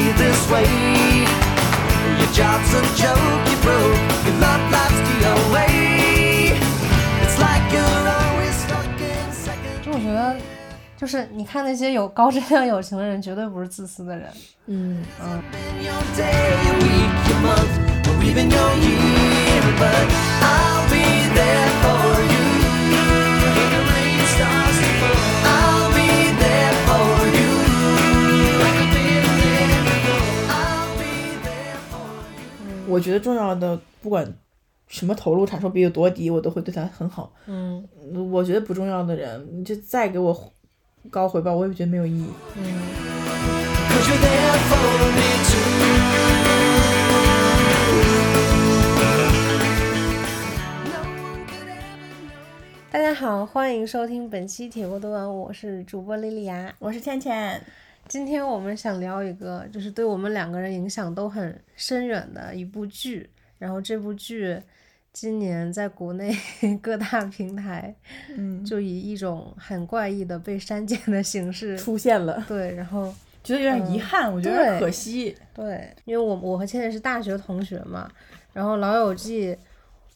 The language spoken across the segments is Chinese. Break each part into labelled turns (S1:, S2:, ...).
S1: away. Your job's a joke, you broke. Your love life's the away. It's like you're always stuck in second.
S2: 就我觉得，就是你看那些有高质量友情的人，绝对不是自私的人。
S3: 嗯，
S1: in your day, your week, your month, or even your year. But I'll be there for you. When the rain starts to fall, I'll be there for you. Like I've been there before, I'll be there for you.
S3: 我觉得重要的不管什么投入产出比有多低，我都会对他很好。
S2: 嗯
S3: 我觉得不重要的人，你就再给我高回报，我也觉得没有意义。
S2: 嗯，
S1: Cause you're there for me too.
S2: 大家好，欢迎收听本期铁锅炖碗，我是主播莉莉娅。
S3: 我是倩倩，
S2: 今天我们想聊一个，就是对我们两个人影响都很深远的一部剧。然后这部剧今年在国内 各大平台
S3: 嗯，
S2: 就以一种很怪异的被删减的形式，
S3: 出现了，
S2: 对，然后
S3: 觉得有点遗憾，我觉得有点可惜。
S2: 对，因为我我和倩倩是大学同学嘛，然后《老友记》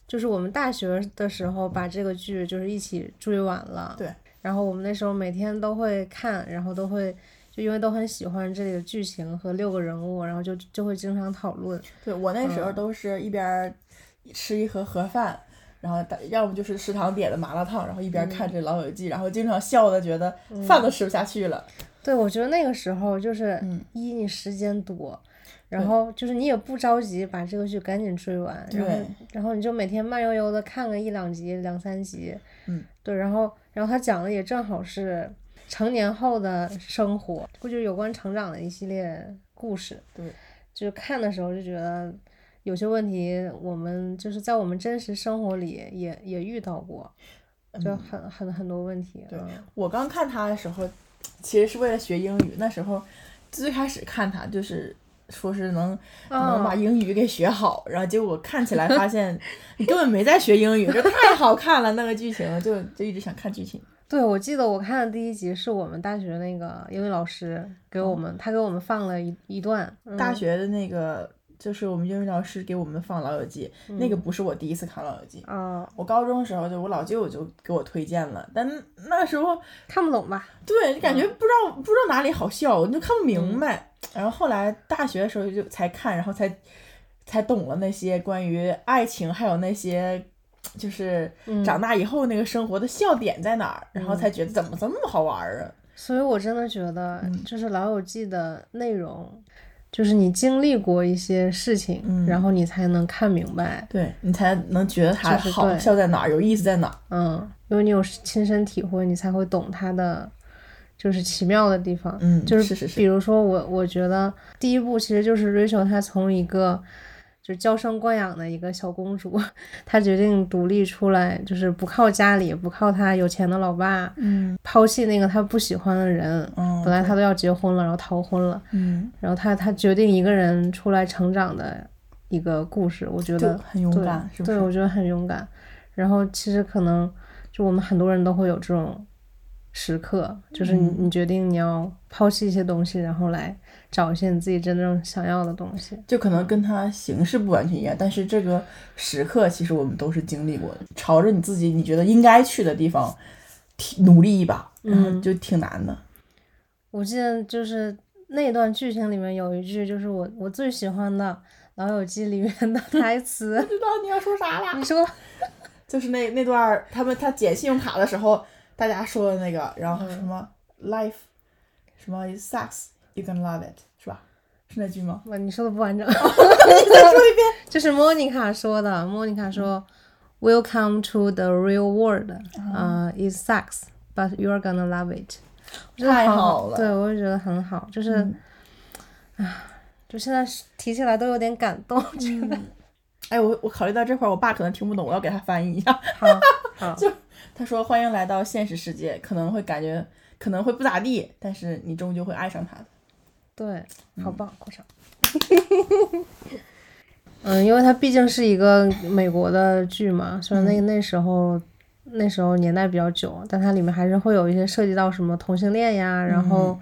S2: 就是我们大学的时候把这个剧就是一起追完了，
S3: 对，
S2: 然后我们那时候每天都会看，然后都会就因为都很喜欢这里的剧情和六个人物，然后就就会经常讨论，
S3: 对我那时候都是一边儿吃一盒盒饭，然后打要么就是食堂点的麻辣烫，然后一边看这《老友记》然后经常笑的觉得饭都吃不下去了。
S2: 对，我觉得那个时候就是
S3: 嗯
S2: 一你时间多，然
S3: 对
S2: 后就是你也不着急把这个剧赶紧追完，然后
S3: 对
S2: 然后你就每天慢悠悠的看个一两集、两三集，
S3: 嗯，
S2: 对，然后然后他讲的也正好是成年后的生活，估计有关成长的一系列故事，
S3: 对，
S2: 就是看的时候就觉得有些问题我们就是在我们真实生活里也也遇到过，就
S3: 嗯
S2: 很、很很多问题，
S3: 对
S2: 嗯
S3: 我刚看他的时候，其实是为了学英语。那时候最开始看他就是说是能能把
S2: 啊
S3: 英语给学好，然后结果看起来发现你根本没在学英语，这太好看了，那个剧情就就一直想看剧情。
S2: 对，我记得我看的第一集是我们大学那个英语老师给
S3: 哦
S2: 我们，他给我们放了一一段。嗯
S3: 大学的那个就是我们英语老师给我们放《老友记》那个不是我第一次看《老友记》
S2: 啊、
S3: 我高中的时候就我老舅就给我推荐了，但那时候
S2: 看不懂吧？
S3: 对，就感
S2: 嗯
S3: 觉不知道、不知道哪里好笑，我就看不明白。然后后来大学的时候就才看，然后才才懂了那些关于爱情，还有那些就是
S2: 嗯
S3: 长大以后那个生活的笑点在哪儿，然后才觉得怎么这么好玩儿啊！
S2: 所以我真的觉得
S3: 嗯，
S2: 就是《老友记》的内容，就是你经历过一些事情，
S3: 嗯
S2: 然后你才能看明白。
S3: 对你才能觉得它
S2: 就是
S3: 好
S2: 对
S3: 笑在哪儿，有意思在哪儿。
S2: 嗯，因为你有亲身体会，你才会懂它的就是奇妙的地方。
S3: 嗯
S2: 就是
S3: 是是
S2: 比如说我，我觉得第一部其实就是 Rachel 她从一个就是娇生惯养的一个小公主， 她决定独立出来，就是不靠家里，不靠她有钱的老爸，
S3: 嗯
S2: 抛弃那个她不喜欢的人。
S3: 嗯
S2: 本来她都要结婚了，然后逃婚了，
S3: 嗯，
S2: 然后她她决定一个人出来成长的一个故事，我觉
S3: 就
S2: 得
S3: 很勇
S2: 对
S3: 敢，是不
S2: 对，
S3: 是？
S2: 我觉得很勇敢。然后其实可能就我们很多人都会有这种时刻，就是你、
S3: 嗯
S2: 你决定你要抛弃一些东西，然后来找一些你自己真正想要的东西。
S3: 就可能跟它形式不完全一样，但是这个时刻其实我们都是经历过的。朝着你自己你觉得应该去的地方，挺努力一把，然
S2: 嗯
S3: 后就挺难的。
S2: 我记得就是那段剧情里面有一句，就是我我最喜欢的《老友记》里面的台词，
S3: 知道你要说啥了？
S2: 你说
S3: 嗯就是那那段儿他们他捡信用卡的时候，大家说的那个，然后什么、life，什么 it sucks you can love it，是吧？是那句吗？
S2: 不，你说的不 完整，
S3: 再说一遍。
S2: 就是 Monica 说的，Monica 说。Welcome to the real world.
S3: 啊
S2: 呃 i t sucks, but you're gonna love it. 真的
S3: 太
S2: 好
S3: 好了嗯
S2: 对我也觉得很好，就是，啊、就现在是提起来都有点感动，
S3: 嗯
S2: 觉得
S3: 哎，我我考虑到这块儿，我爸可能听不懂，我要给他翻译一下。
S2: 好好，
S3: 他说：“欢迎来到现实世界，可能会感觉可能会不咋地，但是你终究会爱上他的。
S2: 对，好棒，鼓掌。 嗯，因为它毕竟是一个美国的剧嘛，虽然那那时候那时候年代比较久，但它里面还是嗯会有一些涉及到什么同性恋呀，然后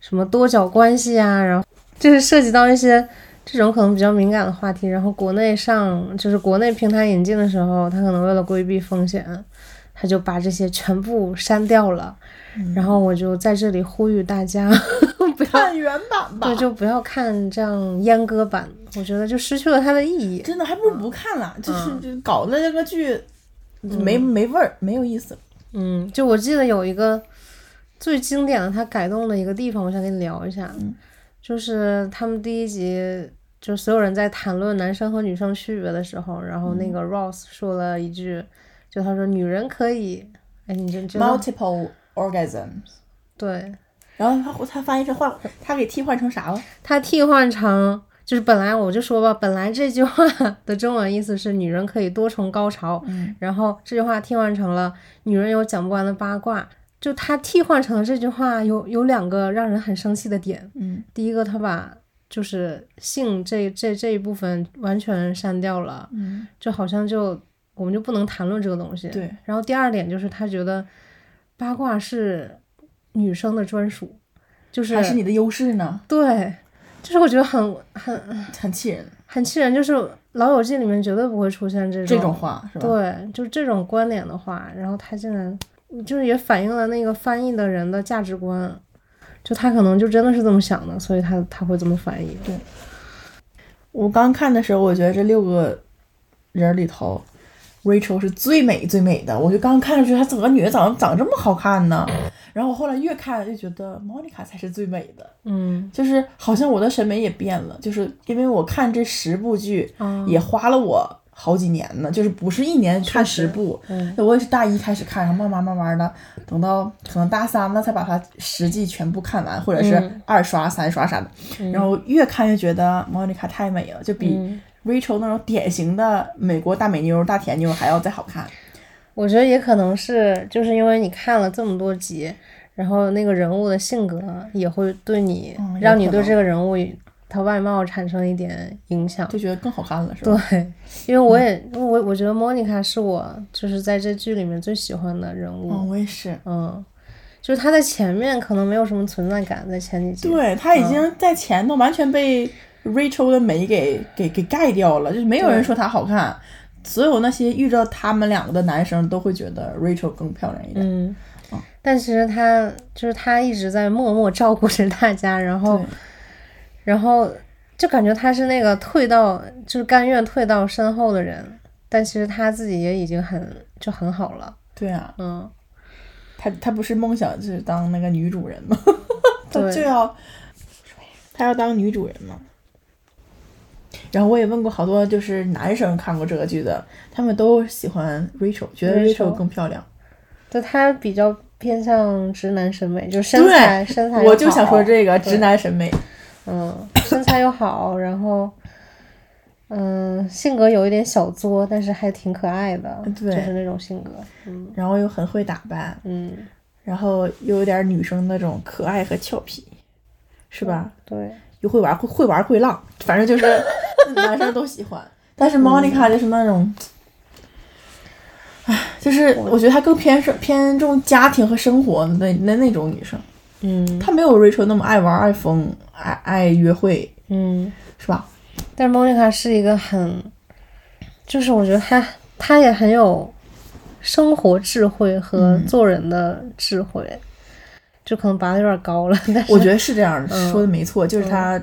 S2: 什么多角关系呀，然后就是涉及到一些这种可能比较敏感的话题，然后国内上就是国内平台引进的时候，他可能为了规避风险，他就把这些全部删掉了。然后我就在这里呼吁大家 不要
S3: 看原版吧
S2: 对，，就不要看这样阉割版，我觉得就失去了它的意义。
S3: 真的还不如不看了，就是
S2: 嗯
S3: 就搞得这个剧没没味儿，没有意思。
S2: 嗯，就我记得有一个最经典的它改动的一个地方，我想跟你聊一下，
S3: 嗯
S2: 就是他们第一集就所有人在谈论男生和女生区别的时候，然后那个 Ross 说了一句，就他说女人可以，哎，你真真的
S3: Multiple orgasms，
S2: 对，
S3: 然后他他翻译成换他给替换成啥了？
S2: 他替换成就是本来我就说吧，本来这句话的中文意思是女人可以多重高潮，
S3: 嗯
S2: 然后这句话替换成了女人有讲不完的八卦。就他替换成了这句话有有两个让人很生气的点，
S3: 嗯
S2: 第一个他把就是性这这这一部分完全删掉了，
S3: 嗯，
S2: 就好像就我们就不能谈论这个东西。。
S3: 对，
S2: 然后第二点就是他觉得八卦是女生的专属，就是
S3: 还是你的优势呢，
S2: 对，就是我觉得很很
S3: 很气人。
S2: 很气人，就是《老友记》里面绝对不会出现这种
S3: 这种话是吧？
S2: 对，就这种观点的话，然后他竟然就是也反映了那个翻译的人的价值观，就他可能就真的是这么想的，所以他他会这么翻译。
S3: 我刚看的时候，我觉得这六个人里头，Rachel 是最美最美的。我就刚看上去，她整个女的长得长这么好看呢。然后我后来越看就觉得 Monica 才是最美的，
S2: 嗯，
S3: 就是好像我的审美也变了，就是因为我看这十部剧
S2: 啊
S3: 也花了我好几年呢，就是不是一年看
S2: 确
S3: 十
S2: 实
S3: 部，
S2: 嗯
S3: 我也是大一开始看，然后慢慢慢慢的，等到可能大三了才把它实际全部看完，或者是
S2: 嗯
S3: 二刷、三刷啥的。然后越看越觉得莫妮卡太美了，就比
S2: 嗯
S3: Rachel 那种典型的美国大美妞、大甜妞还要再好看。
S2: 我觉得也可能是就是因为你看了这么多集，然后那个人物的性格也会对你，
S3: 嗯有
S2: 让
S3: 可
S2: 你对
S3: 能
S2: 这个人物他外貌产生一点影响。
S3: 就觉得更好看了，是吧？
S2: 对， 因为我也我我觉得莫妮卡是我就是在这剧里面最喜欢的人物。
S3: 嗯，我也是。
S2: 嗯，就是他在前面可能没有什么存在感，在前几集。
S3: 对她已经在前头完全被 Rachel 的美给给给盖掉了，就是没有人
S2: 对
S3: 说她好看。所有那些遇到他们两个的男生都会觉得 Rachel 更漂亮一点。
S2: 嗯，
S3: 哦
S2: 但其实他就是他一直在默默照顾着大家，然后
S3: 对，
S2: 然后就感觉他是那个退到就是甘愿退到身后的人，但其实他自己也已经很就很好了。
S3: 对啊，
S2: 嗯，
S3: 她她不是梦想就是当那个女主人吗？ 她
S2: 对
S3: 就要她要当女主人嘛。然后我也问过好多就是男生看过这个剧的，他们都喜欢 Rachel，觉得
S2: Rachel
S3: Rachel 更漂亮。
S2: 就他比较偏向直男审美，就是身
S3: 对
S2: 材身材又
S3: 我就想说
S2: 好
S3: 这个
S2: 对
S3: 直男审美，
S2: 嗯，身材又好，然后，嗯，性格有一点小作，但是还挺可爱的，
S3: 嗯对
S2: 就是那种性格，嗯
S3: 然后又很会打扮，
S2: 嗯，
S3: 然后又有点女生那种可爱和俏皮，是吧？
S2: 对，
S3: 又会玩会会玩会浪，反正就是 男生都喜欢。嗯但是 Monica 就是那种，唉，就是我觉得她更偏是偏重家庭和生活的那那那种女生，
S2: 嗯
S3: 她没有 Rachel 那么爱玩、爱疯、爱爱约会，
S2: 嗯，
S3: 是吧？
S2: 但是莫妮卡是一个很，就是我觉得她她也很有生活智慧
S3: 嗯
S2: 和做人的智慧，就可能拔的有点高了，但 是
S3: 我觉得是这样的，
S2: 嗯
S3: 说的没错，就是她，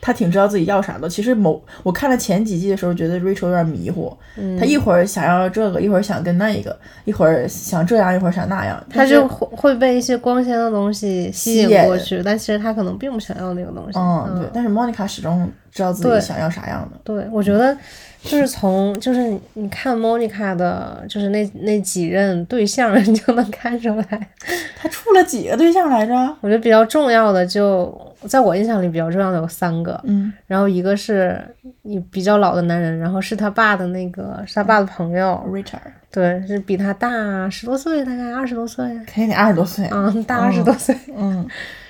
S3: 她挺知道自己要啥的。其实某我看了前几季的时候，觉得 Rachel 有点迷糊，
S2: 嗯
S3: 她一会儿想要这个，一会儿想跟那一个，一会儿想这样，一会儿想那样，
S2: 她
S3: 但是
S2: 就会会被一些光鲜的东西吸
S3: 吸
S2: 引
S3: 引
S2: 过去，但其实她可能并不想要那个东西，
S3: 嗯，对，但是 Monica 始终知道自己
S2: 对
S3: 想要啥样的。
S2: 对，我觉得就是从就是你你看 Monica 的，就是那那几任对象， 你就能看出来。
S3: 她处了几个对象来着？
S2: 我觉得比较重要的就，在我印象里比较重要的有三个，
S3: 嗯，
S2: 然后一个是你比较老的男人，然后是他爸的那个是他爸的朋友，
S3: Richard，
S2: 对，是比他大十多岁，大概二十多岁，
S3: 肯定得二十多岁。
S2: 嗯，大二十多岁，
S3: 嗯，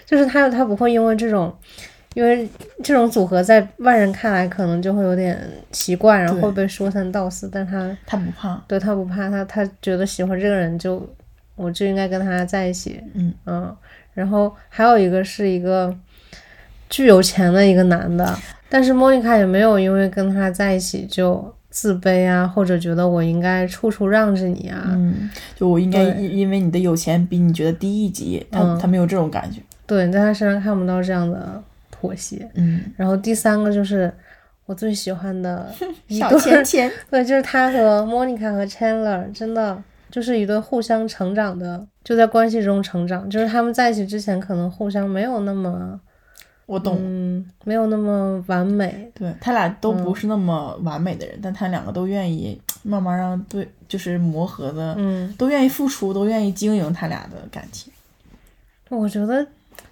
S2: 就是他他不会因为这种，因为这种组合在外人看来可能就会有点奇怪，然后
S3: 对
S2: 会被说三道四，但他。
S3: 她不胖，
S2: 对他不怕，他他觉得喜欢这个人就我就应该跟他在一起，
S3: 嗯
S2: 然后还有一个是一个巨有钱的一个男的，但是莫妮卡也没有因为跟他在一起就自卑啊，或者觉得我应该处处让着你啊。
S3: 嗯，就我应该
S2: 对
S3: 因因为你的有钱比你觉得低一级，他、
S2: 嗯
S3: 他没有这种感觉。
S2: 对，你在他身上看不到这样的妥协。
S3: 嗯，
S2: 然后第三个就是我最喜欢 的一
S3: 小
S2: 对
S3: 钱
S2: 儿，
S3: 钱，
S2: 对，就是他和莫妮卡和 Chandler 真的就是一对互相成长的，就在关系中成长。就是他们在一起之前可能互相没有那么
S3: 我懂。
S2: 嗯，没有那么完美。
S3: 对他俩都不是那么完美的人，但他两个都愿意慢慢让对，就是磨合的，
S2: 嗯，
S3: 都愿意付出，都愿意经营他俩的感情。
S2: 我觉得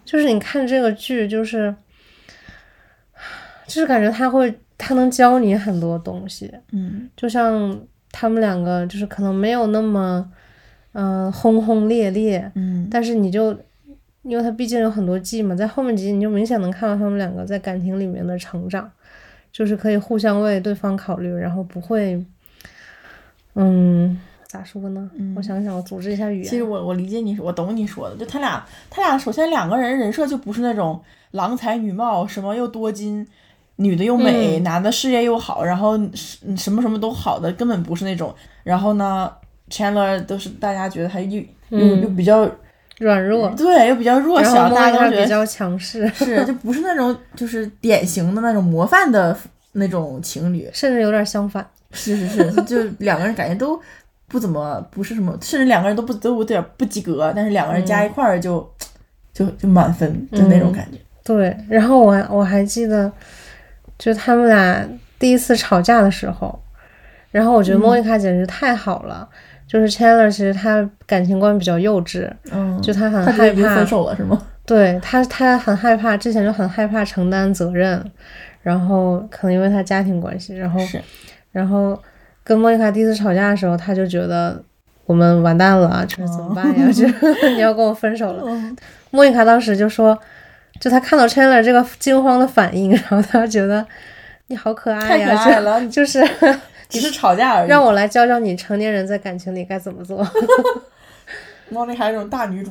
S2: 就是你看这个剧，就是就是感觉他会，他能教你很多东西。
S3: 嗯
S2: 就像他们两个，就是可能没有那么嗯、呃轰轰烈烈，
S3: 嗯，
S2: 但是你就。因为他毕竟有很多季嘛，在后面集你就明显能看到他们两个在感情里面的成长，就是可以互相为对方考虑，然后不会，嗯，咋说呢？我想想，我组织一下语言。
S3: 嗯其实我我理解你，我懂你说的。就他俩，他俩首先两个人人设就不是那种郎才女貌，什么又多金，女的又美，
S2: 嗯
S3: 男的事业又好，然后嗯什什么什么都好的，根本不是那种。然后呢，Chandler 都是大家觉得他又又
S2: 嗯
S3: 又比较
S2: 软弱，
S3: 对，又比较弱
S2: 然后
S3: 嗯小，
S2: 莫
S3: 大
S2: 妮
S3: 家
S2: 卡
S3: 都觉
S2: 比
S3: 得
S2: 较强势，
S3: 是，就不是那种就是典型的那种模范的那种情侣。
S2: 甚至有点相反。
S3: 是是是，就两个人感觉都不怎么，不是什么，甚至两个人都不都有点不及格，但是两个人加一块儿就、就就满分，就那种感觉。
S2: 对，然后我还我还记得，就他们俩第一次吵架的时候，然后我
S3: 嗯
S2: 觉得莫妮卡简直太好了。就是 Chandler 其实他感情观比较幼稚，
S3: 嗯，
S2: 就他很
S3: 他觉得
S2: 害
S3: 已经
S2: 怕，
S3: 分手了是吗？
S2: 对他他很害怕，之前就很害怕承担责任，然后可能因为他家庭关系，然后
S3: 是，
S2: 然后跟莫妮卡第一次吵架的时候，他就觉得我们完蛋了，就是怎么办
S3: 哦
S2: 呀？ 就是你要跟我分手了。
S3: 嗯
S2: 莫妮卡当时就说，就她看到 Chandler 这个惊慌的反应，然后她觉得你好可爱
S3: 太可
S2: 呀，
S3: 爱了，你
S2: 就就是
S3: 只是吵架而已。
S2: 让我来教教你成年人在感情里该怎么做。
S3: 猫莉还有一种大女主，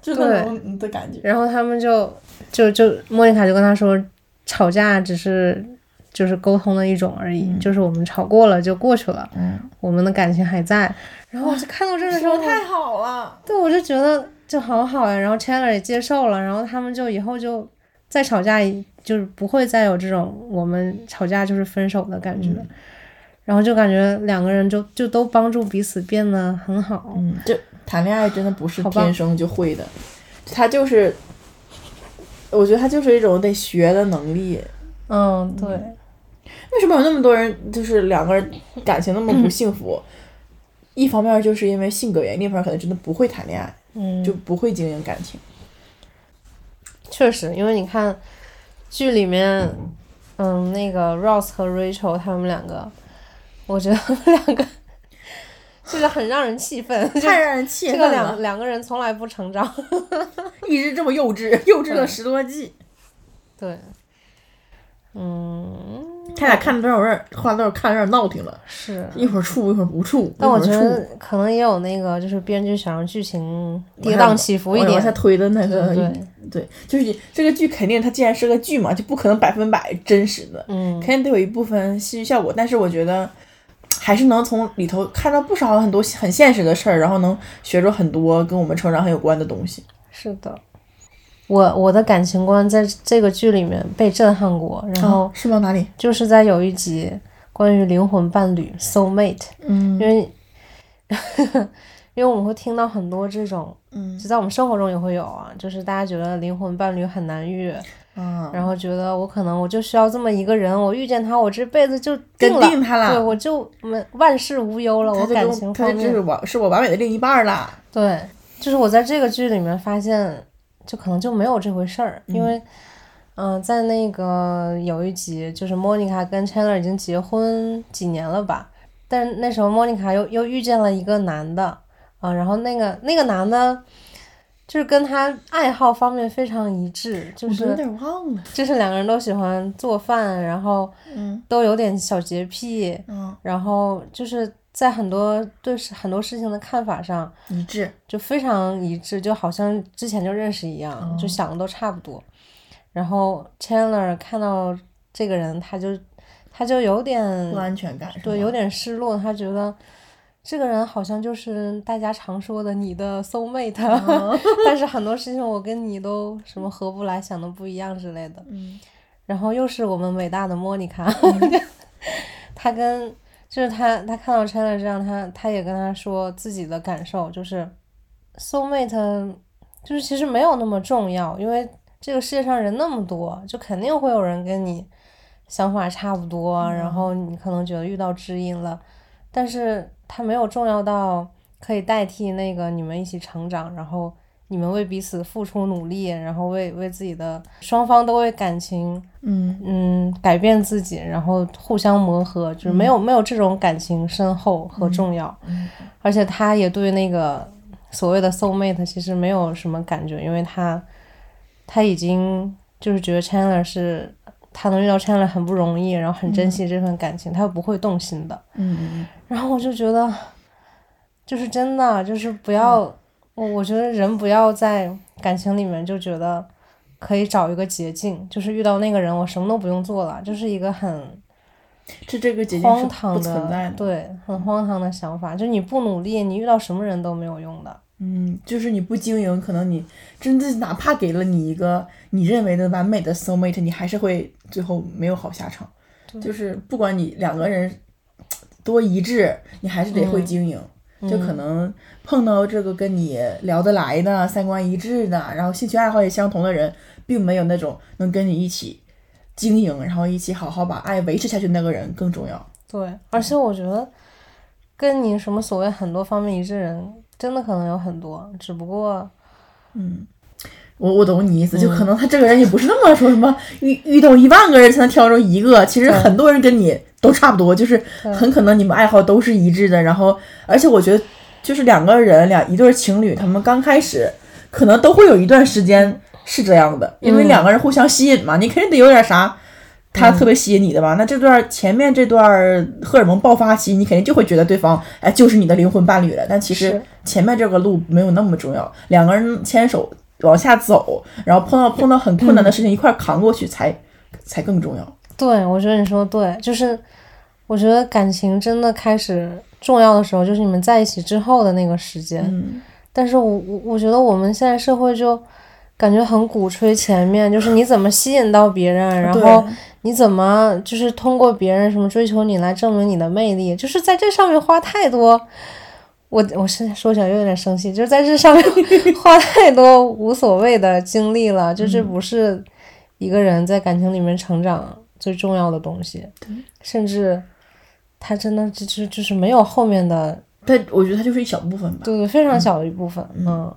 S3: 就那种的感觉。
S2: 然后他们就就就莫妮卡就跟他说，吵架只是就是沟通的一种而已，就是我们吵过了就过去了，
S3: 嗯，
S2: 我们的感情还在。然后我就看到这儿的时候，
S3: 说太好了，
S2: 对，我就觉得就好好呀。然后 Chandler 也接受了，然后他们就以后就再吵架，就是不会再有这种我们吵架就是分手的感觉。然后就感觉两个人就就都帮助彼此变得很好。
S3: 嗯，就谈恋爱真的不是
S2: 好吧
S3: 天生就会的，他就是，我觉得他就是一种得学的能力。
S2: 嗯，对，
S3: 为什么有那么多人就是两个人感情那么不幸福？一方面就是因为性格原因，另一方面可能真的不会谈恋爱，
S2: 嗯，
S3: 就不会经营感情。
S2: 确实，因为你看剧里面，嗯，那个 Ross 和 Rachel 他们两个，我觉得他们两个就是很让人气愤，就
S3: 太让人气
S2: 这
S3: 愤
S2: 个两
S3: 了，
S2: 两个人从来不成长。
S3: 一直这么幼 稚，幼稚
S2: 对
S3: 了十多季。
S2: 对，嗯，
S3: 他俩看的有点话都有看的有点闹挺了，
S2: 是。
S3: 一会儿处一会儿不处，
S2: 但我
S3: 一会
S2: 觉
S3: 儿
S2: 得
S3: 处
S2: 可能也有那个，就是编剧想让剧情跌
S3: 往
S2: 宕
S3: 上
S2: 起伏一
S3: 往
S2: 点。
S3: 下推的那个，
S2: 对，
S3: 嗯对就是这个剧肯定它既然是个剧嘛，就不可能百分百真实的，
S2: 嗯
S3: 肯定得有一部分戏剧效果，但是我觉得还是能从里头看到不少很多很现实的事儿，然后能学着很多跟我们成长很有关的东西。
S2: 是的。我我的感情观在这个剧里面被震撼过，然后
S3: 是吗？哪里？
S2: 就是在有一集关于灵魂伴侣 soul mate，因
S3: 嗯
S2: 为因为我们会听到很多这种，
S3: 嗯
S2: 就在我们生活中也会有啊，就是大家觉得灵魂伴侣很难遇，
S3: 啊，
S2: 然后觉得我可能我就需要这么一个人，我遇见他，我这辈子就定
S3: 跟
S2: 了，
S3: 定他了
S2: 对我就没万事无忧了，
S3: 他
S2: 我
S3: 就
S2: 感
S3: 跟
S2: 情
S3: 他
S2: 方
S3: 就就是
S2: 面，
S3: 我是我完美的另一半儿啦。
S2: 对，就是我在这个剧里面发现，就可能就没有这回事儿，因为，嗯、在那个有一集，就是莫妮卡跟 Chandler 已经结婚几年了吧，但是那时候莫妮卡又又遇见了一个男的，啊、然后那个那个男的。就是跟他爱好方面非常一致，就
S3: 我都有
S2: 是
S3: 点忘了，
S2: 就是两个人都喜欢做饭，然后
S3: 嗯
S2: 都有点小洁癖，
S3: 嗯，
S2: 然后就是在很多对事很多事情的看法上
S3: 一致。哦
S2: 就非常一致，就好像之前就认识一样，就想的都差不多。然后 Chandler 看到这个人，他就他就有点
S3: 不安全感是吗，
S2: 对，有点失落，他觉得这个人好像就是大家常说的你的 soul mate，、但
S3: 哦
S2: 是很多事情我跟你都什么合不来，想的不一样之类的。
S3: 嗯
S2: 然后又是我们伟大的莫妮卡， 他跟就是他他看到 Chandler 这样，他他也跟他说自己的感受，就是 soul mate 就是其实没有那么重要，因为这个世界上人那么多，就肯定会有人跟你想法差不多，然后你可能觉得遇到知音了，但是他没有重要到可以代替那个你们一起成长，然后你们为彼此付出努力，然后为为自己的双方都为感情
S3: 嗯
S2: 嗯，改变自己，然后互相磨合，就是没有、没有这种感情深厚和重要。而且他也对那个所谓的 soul mate 其实没有什么感觉，因为他他已经就是觉得 Chandler 是他能遇到 Chandler 很不容易，然后很珍惜这份感情，他不会动心的。
S3: 嗯
S2: 然后我就觉得，就是真的，就是不要，
S3: 嗯
S2: 我我觉得人不要在感情里面就觉得可以找一个捷径，就是遇到那个人，我什么都不用做了，就是一个很
S3: 嗯，这这个捷径是
S2: 荒唐
S3: 不存在的，
S2: 对，很荒唐的想法，就你不努力，你遇到什么人都没有用的。
S3: 嗯，就是你不经营，可能你真的哪怕给了你一个你认为的完美的 soul mate，你还是会最后没有好下场。就是不管你两个人多一致，你还是得会经营。就可能碰到这个跟你聊得来的、三观一致的，然后兴趣爱好也相同的人，并没有那种能跟你一起经营，然后一起好好把爱维持下去的那个人更重要。
S2: 对，而且我觉得跟你什么所谓很多方面一致人，真的可能有很多，只不过
S3: 我我懂你意思，就可能他这个人也不是那么说什么遇遇到一万个人才能挑中一个，其实很多人跟你都差不多，就是很可能你们爱好都是一致的。然后，而且我觉得就是两个人俩一对情侣，他们刚开始可能都会有一段时间是这样的，因为两个人互相吸引嘛，你肯定得有点啥。他特别吸引你的吧？那这段前面这段荷尔蒙爆发期，你肯定就会觉得对方哎就是你的灵魂伴侣了。但其实
S2: 是
S3: 前面这个路没有那么重要，两个人牵手往下走，然后碰到碰到很困难的事情一块儿扛过去才才更重要。
S2: 对，我觉得你说得对，就是我觉得感情真的开始重要的时候，就是你们在一起之后的那个时间。
S3: 嗯
S2: 但是我我我觉得我们现在社会就感觉很鼓吹前面，就是你怎么吸引到别人，然
S3: 对
S2: 后你怎么就是通过别人什么追求你来证明你的魅力，就是在这上面花太多。我我现在说起来有点生气，就是在这上面花太多无所谓的精力了，就这不是一个人在感情里面成长最重要的东西，甚至他真的就就就是没有后面的
S3: 但我觉得它就是一小部分吧。
S2: 对对，非常小的一部分。嗯，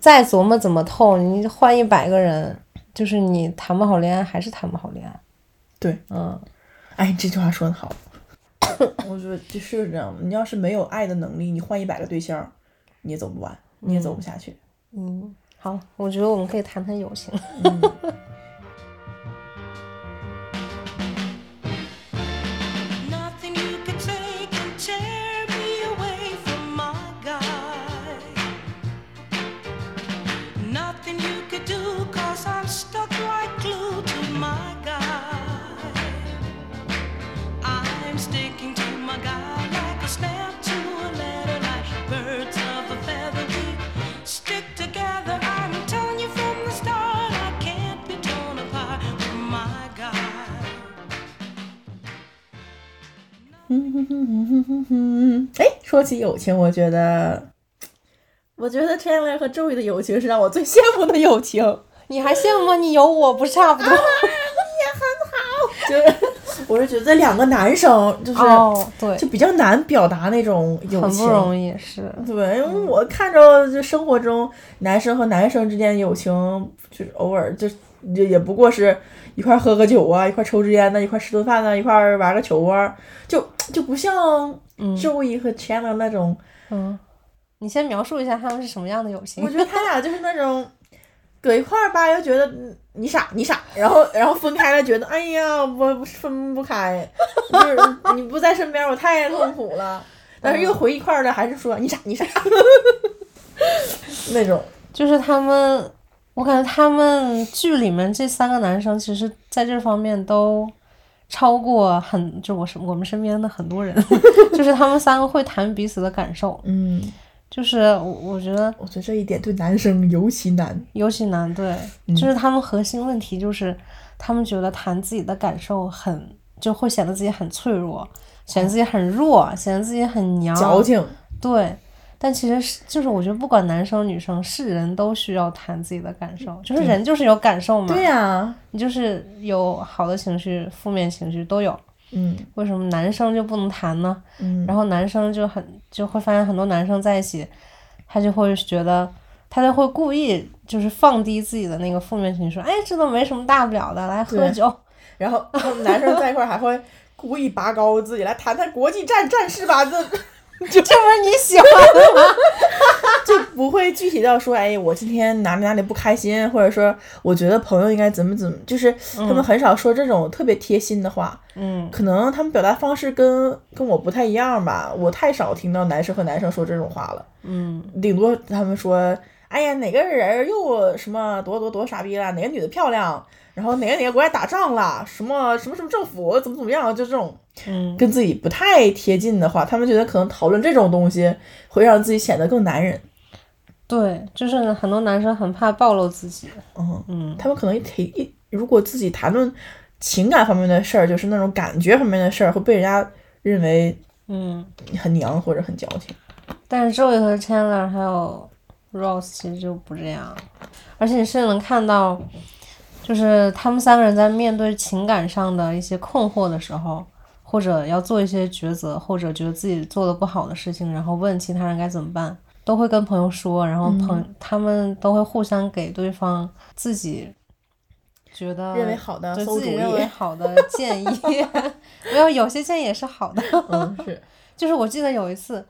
S2: 再琢磨怎么透，你换一百个人，就是你谈不好恋爱，还是谈不好恋爱。
S3: 对，
S2: 嗯，
S3: 哎，这句话说的好， 我觉得就是这样。你要是没有爱的能力，你换一百个对象，你也走不完，你也走不下去。
S2: 好，我觉得我们可以谈谈友情。
S1: Nothing you could say can tear me away from my guy. Nothing you could do, cause I'm stuck like glue to my guy. I'm sticking to my guy like a snap to a letter, like birds of a feather. We stick together. I'm telling you from the start, I can't be torn apart from my guy.
S3: 嗯，哎，说起友情，我觉得，我觉得 Chandler 和 Joey 的友情是让我最羡慕的友情，
S2: 你还羡慕吗？你有我不差 不多。
S3: 就是我是觉得这两个男生就是、
S2: 哦，对，
S3: 就比较难表达那种友
S2: 很
S3: 情
S2: 不。容易，是
S3: 对，因为我看着就生活中男生和男生之间友情，就是偶尔就是也也不过是一块儿喝个酒啊，一块儿抽支烟呐，一块儿吃顿饭呐，一块儿玩个球啊，就就不像 Joey 和 Chandler 那种，
S2: 嗯。你先描述一下他们是什么样的友情
S3: 我？觉 得他俩就是那种搁一块儿吧，又觉得嗯你傻你傻，然后然后分开了，觉得哎呀，我不分不开，就是 你不在身边，我太痛苦了。但
S2: 嗯
S3: 是又回一 块儿了，还是说你傻你傻，那种。
S2: 就是他们，我感觉他们剧里面这三个男生，其实在这方面都超过很，就我是我们身边的很多人， 就是他们三个会谈彼此的感受，
S3: 嗯，
S2: 就是我我觉得
S3: 我觉得这一点对男生尤其难。
S2: 尤其难，对，
S3: 嗯
S2: 就是他们核心问题就是他们觉得谈自己的感受很，就会显得自己很脆弱，显得自己很弱，显得自己很娘，
S3: 矫情，
S2: 对，但其实是就是我觉得不管男生女生是人都需要谈自己的感受，就是人就是有感受嘛，
S3: 对呀、
S2: 你就是有好的情绪、负面情绪都有。
S3: 嗯
S2: 为什么男生就不能谈呢？
S3: 嗯，
S2: 然后男生就很就会发现很多男生在一起，他就会觉得他就会故意就是放低自己的那个负面情绪，说哎这都没什么大不了的，来喝
S3: 对
S2: 酒。
S3: 然后他们男生在一块儿还会故意拔高自己来谈谈国际战战事吧，这
S2: 这不是你喜欢 的吗？
S3: 就不会具体到说，哎，我今天哪里哪里不开心，或者说我觉得朋友应该怎么怎么，就是他们很少说这种特别贴心的话，
S2: 嗯，
S3: 可能他们表达方式跟跟我不太一样吧，我太少听到男生和男生说这种话了，
S2: 嗯，
S3: 顶多他们说，哎呀，哪个人儿又什么多多多傻逼了，哪个女的漂亮，然后哪个哪个国家打仗了，什么什么什么政府怎么怎么样，就这种，
S2: 嗯，
S3: 跟自己不太贴近的话，他们觉得可能讨论这种东西会让自己显得更男人，
S2: 对，就是很多男生很怕暴露自己。
S3: 嗯。
S2: 嗯，
S3: 他们可能一提一，如果自己谈论情感方面的事儿，就是那种感觉方面的事儿，会被人家认为
S2: 嗯，
S3: 很娘或者很矫情。
S2: 但是 Joey 和 Chandler 还有 Ross 其实就不这样，而且你是能看到，就是他们三个人在面对情感上的一些困惑的时候，或者要做一些抉择，或者觉得自己做的不好的事情，然后问其他人该怎么办，都会跟朋友说，然后朋、
S3: 嗯
S2: 他们都会互相给对方自己觉得
S3: 认为好的
S2: 对
S3: 馊
S2: 自己
S3: 主
S2: 认
S3: 意
S2: 为好的 建议，没有有些建议也是好的。
S3: 嗯，是
S2: 就是我记得有一次，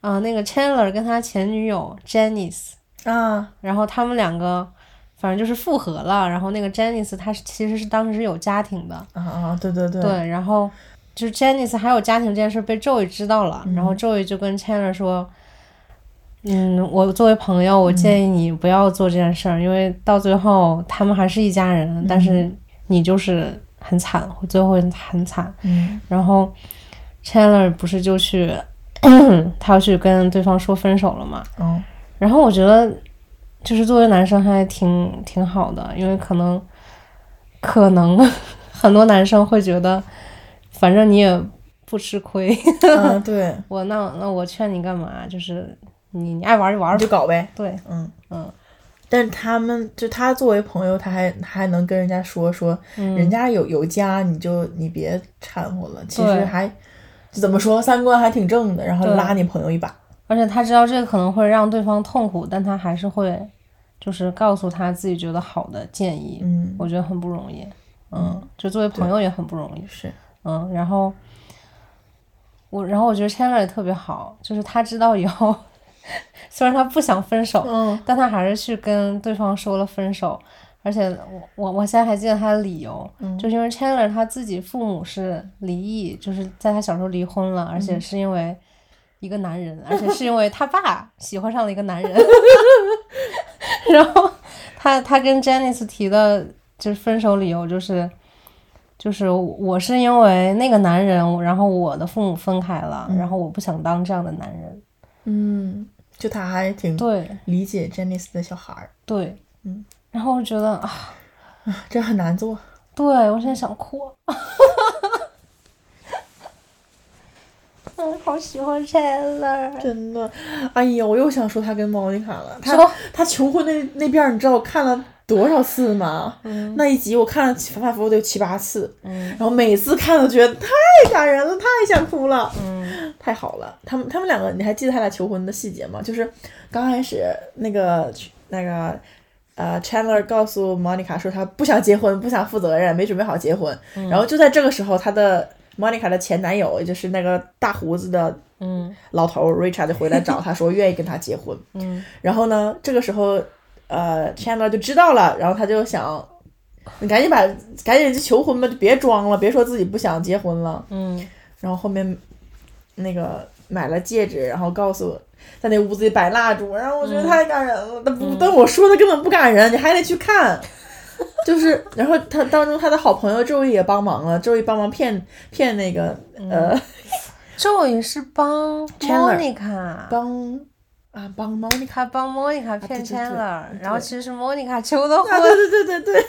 S2: 啊、那个 Chandler 跟他前女友 Janice，
S3: 啊，
S2: 然后他们两个反正就是复合了。然后那个 Janice 她是其实是当时是有家庭的，
S3: 啊啊，对对对，
S2: 对。然后就是 Janice 还有家庭这件事被 Joey 知道了，然后 Joey 就跟 Chandler 说。嗯，我作为朋友，我建议你不要做这件事儿，因为到最后他们还是一家人，但是你就是很惨，最后很惨。
S3: 嗯
S2: 然后 Chandler 不是就去， 他要去跟对方说分手了嘛。
S3: 哦，
S2: 然后我觉得，就是作为男生还挺挺好的，因为可能可能 很多男生会觉得，反正你也不吃亏，
S3: 嗯，对，
S2: 我那那我劝你干嘛？就是你你爱玩就玩
S3: 就
S2: 吧。
S3: 搞呗，
S2: 对，
S3: 嗯
S2: 嗯。
S3: 但是他们就他作为朋友，他还还能跟人家说说，人家有有家，你就你别掺和了。其
S2: 对
S3: 实还怎么说，三观还挺正的，然后
S2: 对
S3: 拉你朋友一把。
S2: 而且他知道这个可能会让对方痛苦，但他还是会就是告诉他自己觉得好的建议。
S3: 嗯，
S2: 我觉得很不容易，嗯，就作为朋友也很不容易，
S3: 是，
S2: 嗯，然后我，然后我觉得 Chandler 也特别好，就是他知道以后， 虽然他不想分手，
S3: 嗯，
S2: 但他还是去跟对方说了分手，而且我我我现在还记得他的理由，
S3: 嗯
S2: 就是因为 Chandler 他自己父母是离异，就是在他小时候离婚了，而且
S3: 嗯
S2: 是因为一个男人，而且是因为他爸喜欢上了一个 男人，然后他他跟 Janice 提的就是分手理由就是。就是我是因为那个男人，然后我的父母分开了，然后我不想当这样的男人。
S3: 嗯，就他还挺
S2: 对
S3: 理解 Janice 的小孩儿，
S2: 对，
S3: 嗯，
S2: 然后我觉得啊，
S3: 这很难做。
S2: 对，我现在想哭。 嗯，好喜欢 Chandler。
S3: 真的，哎呀，我又想说他跟莫妮卡了。
S2: 说
S3: 他他求婚那那边儿，你知道我看了多少次吗？那一集我看了反反复复得有七八次，
S2: 嗯
S3: 然后每次看都觉得太感人了，太想哭了，
S2: 嗯
S3: 太好了。他们他们两个，你还记得他俩求婚的细节吗？就是刚开始那个那个。呃，Chandler 告诉 Monica 说他不想结婚，不想负责任，没准备好结婚。
S2: 嗯
S3: 然后就在这个时候，他的 Monica 的前男友，也就是那个大胡子的
S2: 嗯
S3: 老头儿 Richard 就回来找他说愿意跟他结婚，
S2: 嗯
S3: 然后呢，这个时候呃 Chandler 就知道了，然后他就想，你赶紧把赶紧去求婚吧，就别装了，别说自己不想结婚了。
S2: 嗯
S3: 然后后面那个买了戒指，然后告诉我在那屋子里摆蜡烛，然后我觉得太感人了。但不，但我说的根本不感人，你还得去看。就是，然后他当中他的好朋友周易也帮忙了，周易帮忙骗骗那个呃
S2: 咒语是帮
S3: Chandler
S2: Monica，
S3: 帮啊帮猫那
S2: 他帮 Monica 骗
S3: 啊对对对
S2: Chandler，、
S3: 对
S2: 然后其实是 Monica 求的婚
S3: 啊，。 对对对对对， 嗯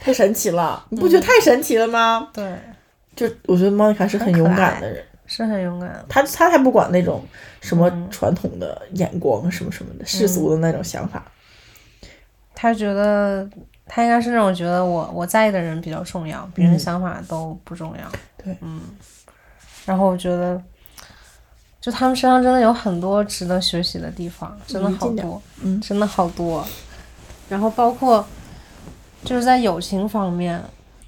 S3: 太神奇了！你不觉得太神奇了吗？
S2: 对，
S3: 就我觉得莫妮卡是很勇敢的人，
S2: 是很勇敢。
S3: 她她才不管那种什么
S2: 嗯
S3: 传统的眼光什么什么的、世俗的那种想法。
S2: 他觉得他应该是那种觉得我我在意的人比较重要，别人
S3: 嗯
S2: 想法都不重要。
S3: 对
S2: 嗯。然后我觉得，就他们身上真的有很多值得学习的地方，真的
S3: 嗯
S2: 好
S3: 尽量
S2: 多，
S3: 嗯
S2: 真的好多。然后包括就是在友情方面，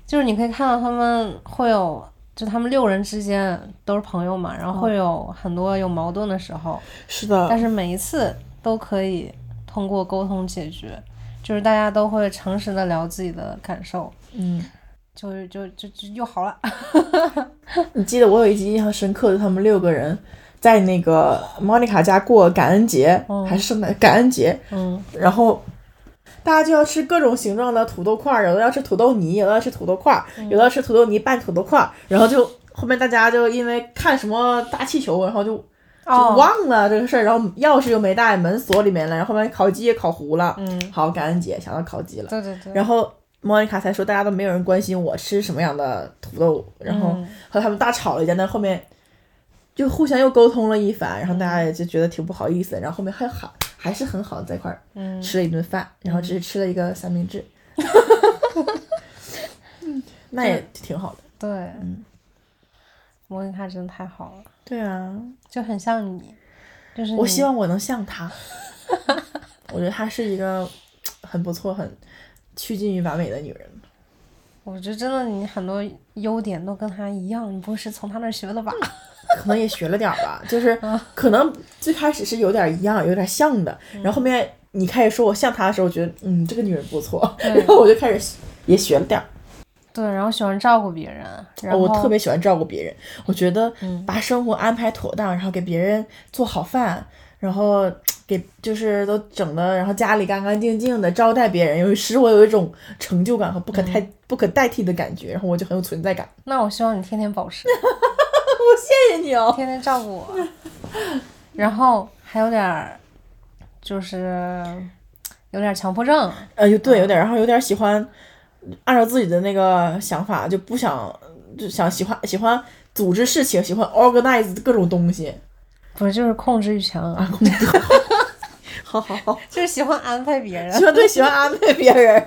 S2: 就是你可以看到他们会有。就他们六人之间都是朋友嘛，然
S3: 哦
S2: 后会有很多有矛盾的时候，
S3: 是的
S2: 但，是每一次都可以通过沟通解决，就是大家都会诚实的聊自己的感受，
S3: 嗯，
S2: 就是就就就又好了。
S3: 你记得我有一集印象深刻，就他们六个人在那个莫妮卡家过感恩节、
S2: 嗯
S3: 还是圣诞感恩节，
S2: 嗯
S3: 然后大家就要吃各种形状的土豆块儿，有的要吃土豆泥，有的要吃土豆块儿，
S2: 嗯
S3: 有的要吃土豆泥拌土豆块儿，然后就后面大家就因为看什么大气球，然后就就
S2: 哦，
S3: 忘了这个事儿，然后钥匙又没带，门锁里面了，然后后面烤鸡也烤糊了。
S2: 嗯，
S3: 好，感恩节想到烤鸡了，
S2: 对对对。
S3: 然后莫妮卡才说大家都没有人关心我吃什么样的土豆，然后
S2: 嗯
S3: 和他们大吵了一架，但后面就互相又沟通了一番，然后大家也就觉得挺不好意思的，然后后面还好还是很好，在一块儿
S2: 嗯
S3: 吃了一顿饭，然后只是吃了一个三明治， 那也挺好的。
S2: 嗯对，
S3: 嗯
S2: 莫妮卡真的太好了，
S3: 对啊，
S2: 就很像你，就是
S3: 我
S2: 你
S3: 希望我能像他， 我觉得她是一个很不错、很趋近于完美的女人。
S2: 我觉得真的你很多优点都跟他一样，你不会是从他那儿学的吧？
S3: 可能也学了点儿吧，就是
S2: 嗯
S3: 可能最开始是有点儿一样，有点儿像的，
S2: 嗯
S3: 然后后面你开始说我像她的时候，我觉得嗯，这个女人不错，
S2: 对
S3: 然后我就开始也学了点儿。
S2: 对，然后喜欢照顾别人，然后、嗯
S3: 哦我特别喜欢照顾别人，我觉得把生活安排妥当，然后给别人做好饭，然后给就是都整的，然后家里干干净净的招待别人，有使我有一种成就感和不可代、
S2: 嗯
S3: 不可代替的感觉，然后我就很有存在感。
S2: 那我希望你天天保 持。
S3: 谢谢你哦，
S2: 天天照顾我，然后还有点儿，就是有点儿强迫症，
S3: 呃，有对，有点儿，然后有点儿喜欢按照自己的那个想法，就不想就想喜欢喜欢组织事情，喜欢 organize 各种东西
S2: 不是就是控制欲强，
S3: 啊。控制 好好好，
S2: 就是喜欢安排别
S3: 喜
S2: 人。
S3: 欢对喜欢安慰别人。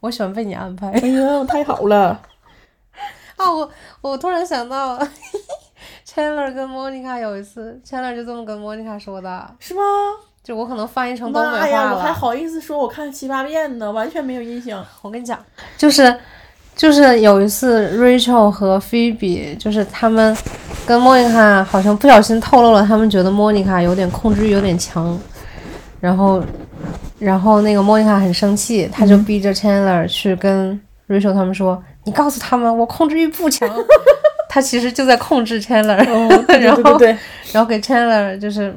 S2: 我喜欢被你安排。
S3: 哎呦，太好了！
S2: 啊，我我突然想到 ，Chandler 跟 Monica 有一次，Chandler 就这么跟 Monica 说的，
S3: 是吗？
S2: 就我可能翻译成东北
S3: 妈
S2: 话
S3: 呀，我还
S2: 了。
S3: 好意思说我看七八遍呢，完全没有印象。
S2: 我跟你讲，就是。就是有一次，Rachel 和 Phoebe，就是他们跟 Monica 好像不小心透露了，他们觉得 Monica 有点控制欲有点强，然后，然后那个 Monica 很生气，她就逼着 Chandler 去跟 Rachel 他们说：“你告诉他们，我控制欲不强。” 他其实就在控制 Chandler，、然
S3: 哦嗯对
S2: 后
S3: 对对，
S2: 然后给 Chandler 就是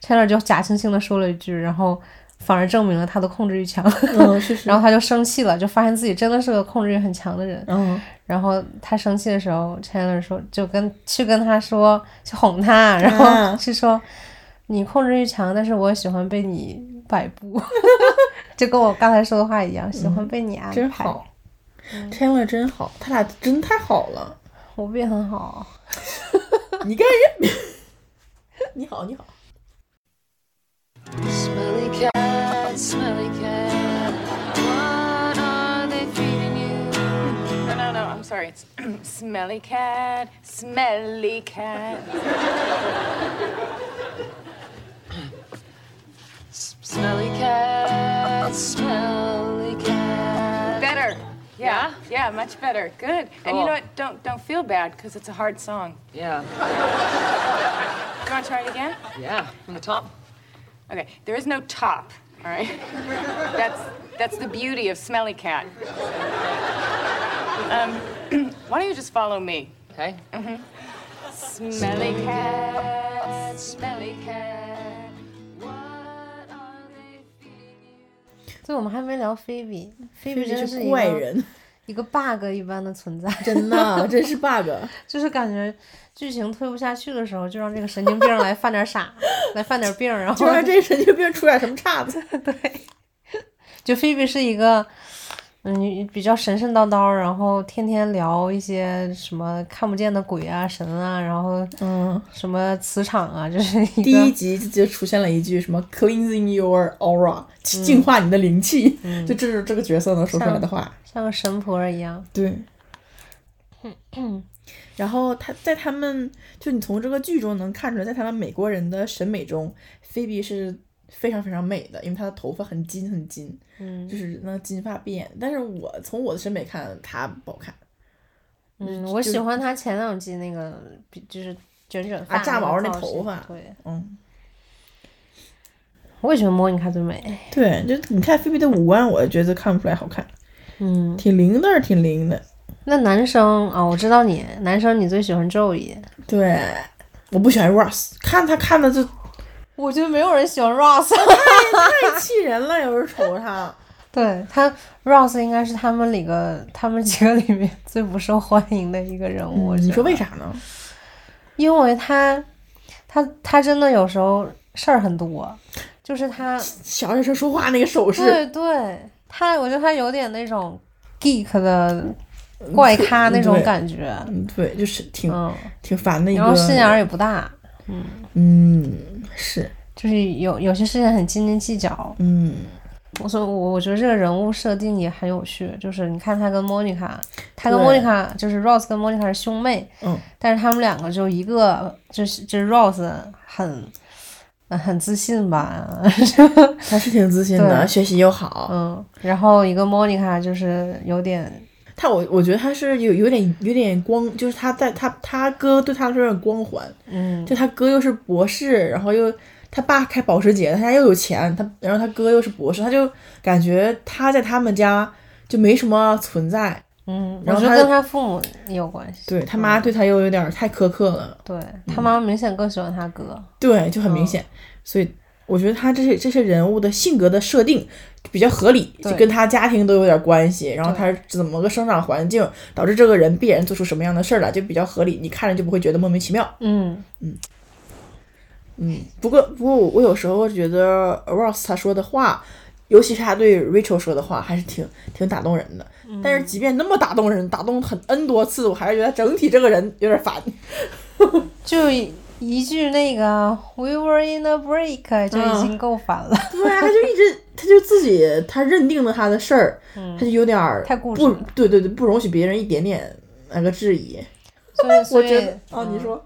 S2: Chandler 就假惺惺的说了一句，然后反而证明了他的控制欲强。
S3: 嗯，是是，
S2: 然后他就生气了，就发现自己真的是个控制欲很强的人。
S3: 嗯，
S2: 然后他生气的时候，Chandler 说就跟去跟他说去哄他，然后
S3: 啊
S2: 是说、你控制欲强，但是我喜欢被你摆布， 就跟我刚才说的话一样，喜欢被你安排。
S3: 嗯真好。Chandler 真好，他俩真太好 了。
S2: 我不也很好？啊
S3: 你跟人， 你好，你好。
S1: Smelly cat, smelly cat, what are they feeding you?
S4: No, no, no, I'm sorry. It's smelly cat, smelly cat.
S1: Smelly cat, smelly cat.
S4: Better. Yeah, yeah, much better. Good. And you
S1: Cool.
S4: know what? Don't don't feel bad because it's a hard song.
S1: Yeah,
S4: You want to try it again?
S1: yeah, from the top.
S4: Okay. There is no top. All right. That's that's the beauty of smelly cat. Um, why don't you just follow me? Mm-hmm.
S1: Okay.
S4: Smelly cat, smelly cat. What are they feeding you?
S2: 所以我们还没聊菲比，菲比
S3: 这
S2: 真
S3: 就是是
S2: 一个
S3: 怪，人，
S2: 一个 bug 一般的存在，
S3: 真的， 真是 bug。
S2: 就是感觉剧情推不下去的时候，就让这个神经病来犯点傻，来犯点病，然后
S3: 就让这神经病出点什么岔子。
S2: 就菲比是一个，嗯，比较神神叨叨，然后天天聊一些什么看不见的鬼啊、神啊，然后
S3: 嗯，
S2: 什么磁场啊，就是 一个
S3: 第一集就出现了一句什么 “cleansing your aura”，净化你的灵气， 就这是这个角色能说出来的话。
S2: 像个神婆一样。
S3: 对。 然后他在他们就你从这个剧中能看出来，在他们美国人的审美中，菲比是非常非常美的，因为她的头发很金很金，
S2: 嗯
S3: 就是那金发碧眼。但是我从我的审美看，她不好看
S2: 嗯，我
S3: 就
S2: 喜欢她前两季那个，比就是卷卷发、
S3: 啊炸毛那
S2: 造型
S3: 头发
S2: 对，
S3: 嗯，
S2: 我也觉得莫妮卡最美。
S3: 对，就你看菲比的五官，我觉得看不出来好看，
S2: 嗯，
S3: 挺灵的，挺灵的。
S2: 那男生啊、我知道你男生你最喜欢周易，
S3: 对，我不喜欢 Ross，看他看 的就
S2: 我觉得没有人喜欢 Ross。
S3: 太气人了，有人瞅着他。
S2: 对他，Ross 应该是他们里个他们几个里面最不受欢迎的一个人物。 我
S3: 嗯你
S2: 觉
S3: 说
S2: 得
S3: 为？啥呢？
S2: 因为他，他他真的有时候事儿很多，就是他，
S3: 小学生说话那个手势，
S2: 对对，他我觉得他有点那种 geek 的怪咖那种
S3: 嗯对
S2: 感觉，
S3: 嗯，对，就是挺、
S2: 嗯，
S3: 挺烦的一个。
S2: 然后心眼儿也不大，
S3: 嗯，是，
S2: 就是有有些事情很斤斤计较。
S3: 嗯，
S2: 我说我我觉得这个人物设定也很有趣，就是你看他跟莫妮卡，他跟
S3: 对
S2: 莫妮卡就是 Rose 跟莫妮卡是兄妹，
S3: 嗯，
S2: 但是他们两个就一个就是就是 Rose 很呃很自信吧，
S3: 他是挺自信的，
S2: 对
S3: 学习又好。
S2: 嗯，然后一个 Monica 就是有点
S3: 他我我觉得他是有有点有点光，就是他在他他哥对他来说有点光环，
S2: 嗯
S3: 就他哥又是博士，然后又他爸开保时捷，他家又有钱，他然后他哥又是博士，他就感觉他在他们家就没什么存在。
S2: 嗯，我
S3: 然后
S2: 觉得
S3: 他
S2: 跟他父母也有关系，
S3: 对嗯他妈对他又有点太苛刻了，
S2: 对他妈妈明显更喜欢他哥，
S3: 对，就很
S2: 嗯
S3: 明显。所以我觉得他这些这些人物的性格的设定比较合理，就
S2: 对
S3: 跟他家庭都有点关系，然后
S2: 对
S3: 他是怎么个生长环境导致这个人必然做出什么样的事儿来，就比较合理，你看着就不会觉得莫名其妙。
S2: 嗯
S3: 嗯，不过不过我我有时候觉得 Ross 他说的话。尤其是他对 Rachel 说的话，还是挺挺打动人的。
S2: 嗯
S3: 但是即便那么打动人，打动很 N 多次，我还是觉得整体这个人有点烦。
S2: 就一一句那个 We were in a break 就已经够烦了，
S3: 对啊，他就一直，他就自己，他认定了他的事儿，他就有点儿
S2: 嗯太固执
S3: 不
S2: 了，
S3: 对对对，不容许别人一点点那个质疑。
S2: 所 以所
S3: 我
S2: 以
S3: 觉得啊，
S2: 嗯
S3: 你说，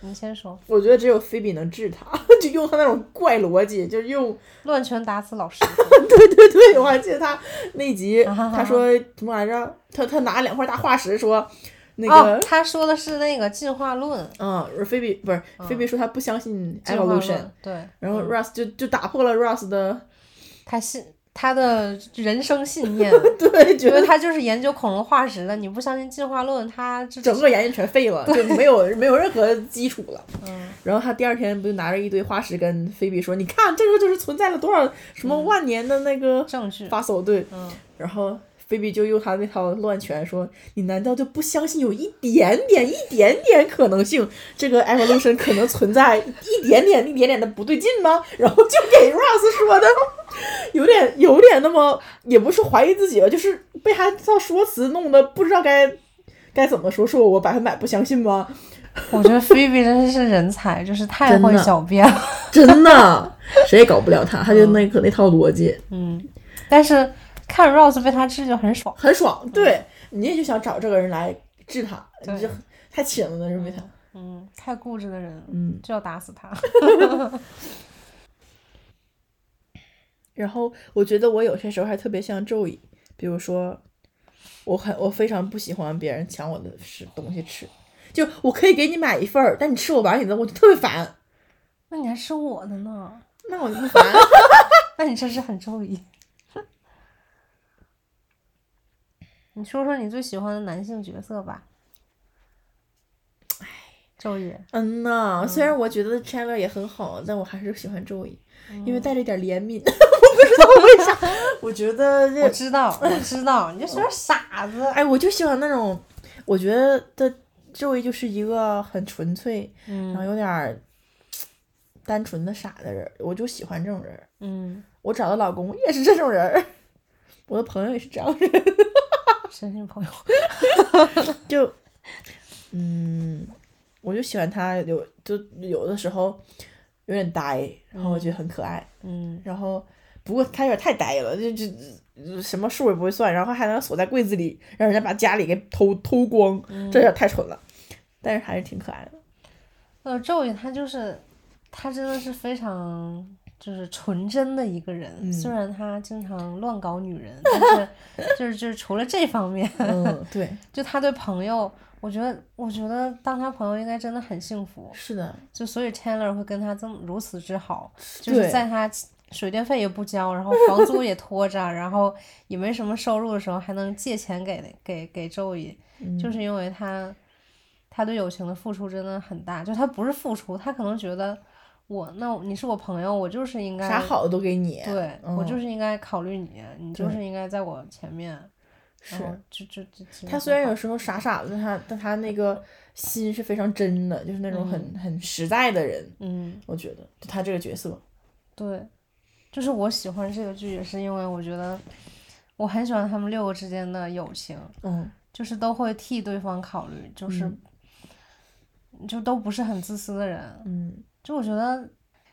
S2: 你先说，
S3: 我觉得只有菲比能治他，就用他那种怪逻辑，就是用
S2: 乱拳打死老师傅，
S3: 对对对，我还记得他那集，
S2: 啊哈哈
S3: 他说什么来着？他他拿两块大化石说，那
S2: 哦
S3: 个，
S2: 他说的是那个进化论，
S3: 嗯，菲比不是菲比说他不相信
S2: 进化论嗯
S3: evolution，
S2: 对，
S3: 然后 Russ 就就打破了 Russ 的
S2: 他信他的人生信念，
S3: 对，觉
S2: 因
S3: 得
S2: 为他就是研究恐龙化石的。你不相信进化论，他这
S3: 整个研究全废了，就没有没有任何基础了。
S2: 嗯
S3: 然后他第二天不就拿着一堆化石跟菲比说：“你看，这个就是存在了多少什么万年的那个
S2: 证据，
S3: 发手对。
S2: 嗯，”
S3: 然后菲比就用他那套乱拳说：“你难道就不相信有一点点、一点点可能性，这个 evolution 可能存在一点点、一点点的不对劲吗？” 然后就给 Ross 说的。 有点有点那么，也不是怀疑自己吧，就是被他这套说辞弄得不知道该该怎么说，说我百分百不相信吗？
S2: 我觉得菲比真是人才，就是太
S3: 真的
S2: 会狡辩了。
S3: 真的，谁也搞不了他，他就那个那套逻辑
S2: 嗯，但是看 Rose 被他治就很爽。
S3: 很爽。对，你也就想找这个人来治他，
S2: 嗯对
S3: 你就太浅了，认为他。
S2: 嗯，太固执的人
S3: 嗯，
S2: 就要打死他。
S3: 然后我觉得我有些时候还特别像咒语，比如说，我很我非常不喜欢别人抢我的吃东西吃，就我可以给你买一份儿，但你吃我碗里的，我就特别烦。
S2: 那你还吃我的呢？
S3: 那我就 会烦，
S2: 那你真是很周 仪。你说说你最喜欢的男性角色吧。周也，
S3: 嗯呐，虽然我觉得 Chandler 也很好，但我还是喜欢周易，
S2: 嗯
S3: 因为带着一点怜悯。 我不知道为啥，我觉得
S2: 我
S3: 这，
S2: 知道，我知道，你这是傻子。
S3: 哎，我就喜欢那种，我觉得周易就是一个很纯粹，
S2: 嗯
S3: 然后有点儿单纯的傻的人儿，我就喜欢这种人儿。
S2: 嗯，
S3: 我找的老公也是这种人儿，我的朋友也是这样人 儿，
S2: 深信朋友，
S3: 就，嗯，我就喜欢他有，就有的时候有点呆，然后我觉得很可爱，
S2: 嗯，
S3: 然后不过他有点太呆了，就就就什么数也不会算，然后还能锁在柜子里，让人家把家里给偷偷光，
S2: 嗯
S3: 这有点太蠢了，但是还是挺 可爱的。
S2: 呃，周也他就是，他真的是非常就是纯真的一个人，虽然他经常乱搞女人，但是 就是就是除了这方面，
S3: 嗯， 对，
S2: 就他对朋友，我觉得我觉得当他朋友应该真的很幸福，
S3: 是的，
S2: 就所以 Chandler 会跟他这么如此之好，就是
S3: 对
S2: 在他水电费也不交，然后房租也拖着， 然后也没什么收入的时候，还能借钱给给给周易，
S3: 嗯
S2: 就是因为他他对友情的付出真的很大，就他不是付出，他可能觉得我那我你是我朋友，我就是应该
S3: 啥好的都给你，
S2: 对、
S3: 嗯
S2: 我就是应该考虑你，你就
S3: 对
S2: 是应该在我前面，然
S3: 是
S2: 后就就就就
S3: 他虽然有时候傻傻的，但他但他那个心是非常真的，就是那种很、很实在的人。
S2: 嗯。
S3: 我觉得就他这个角色，
S2: 对，就是我喜欢这个剧，也是因为我觉得我很喜欢他们六个之间的友情，
S3: 嗯，
S2: 就是都会替对方考虑，就是、就都不是很自私的人。
S3: 嗯，
S2: 就我觉得，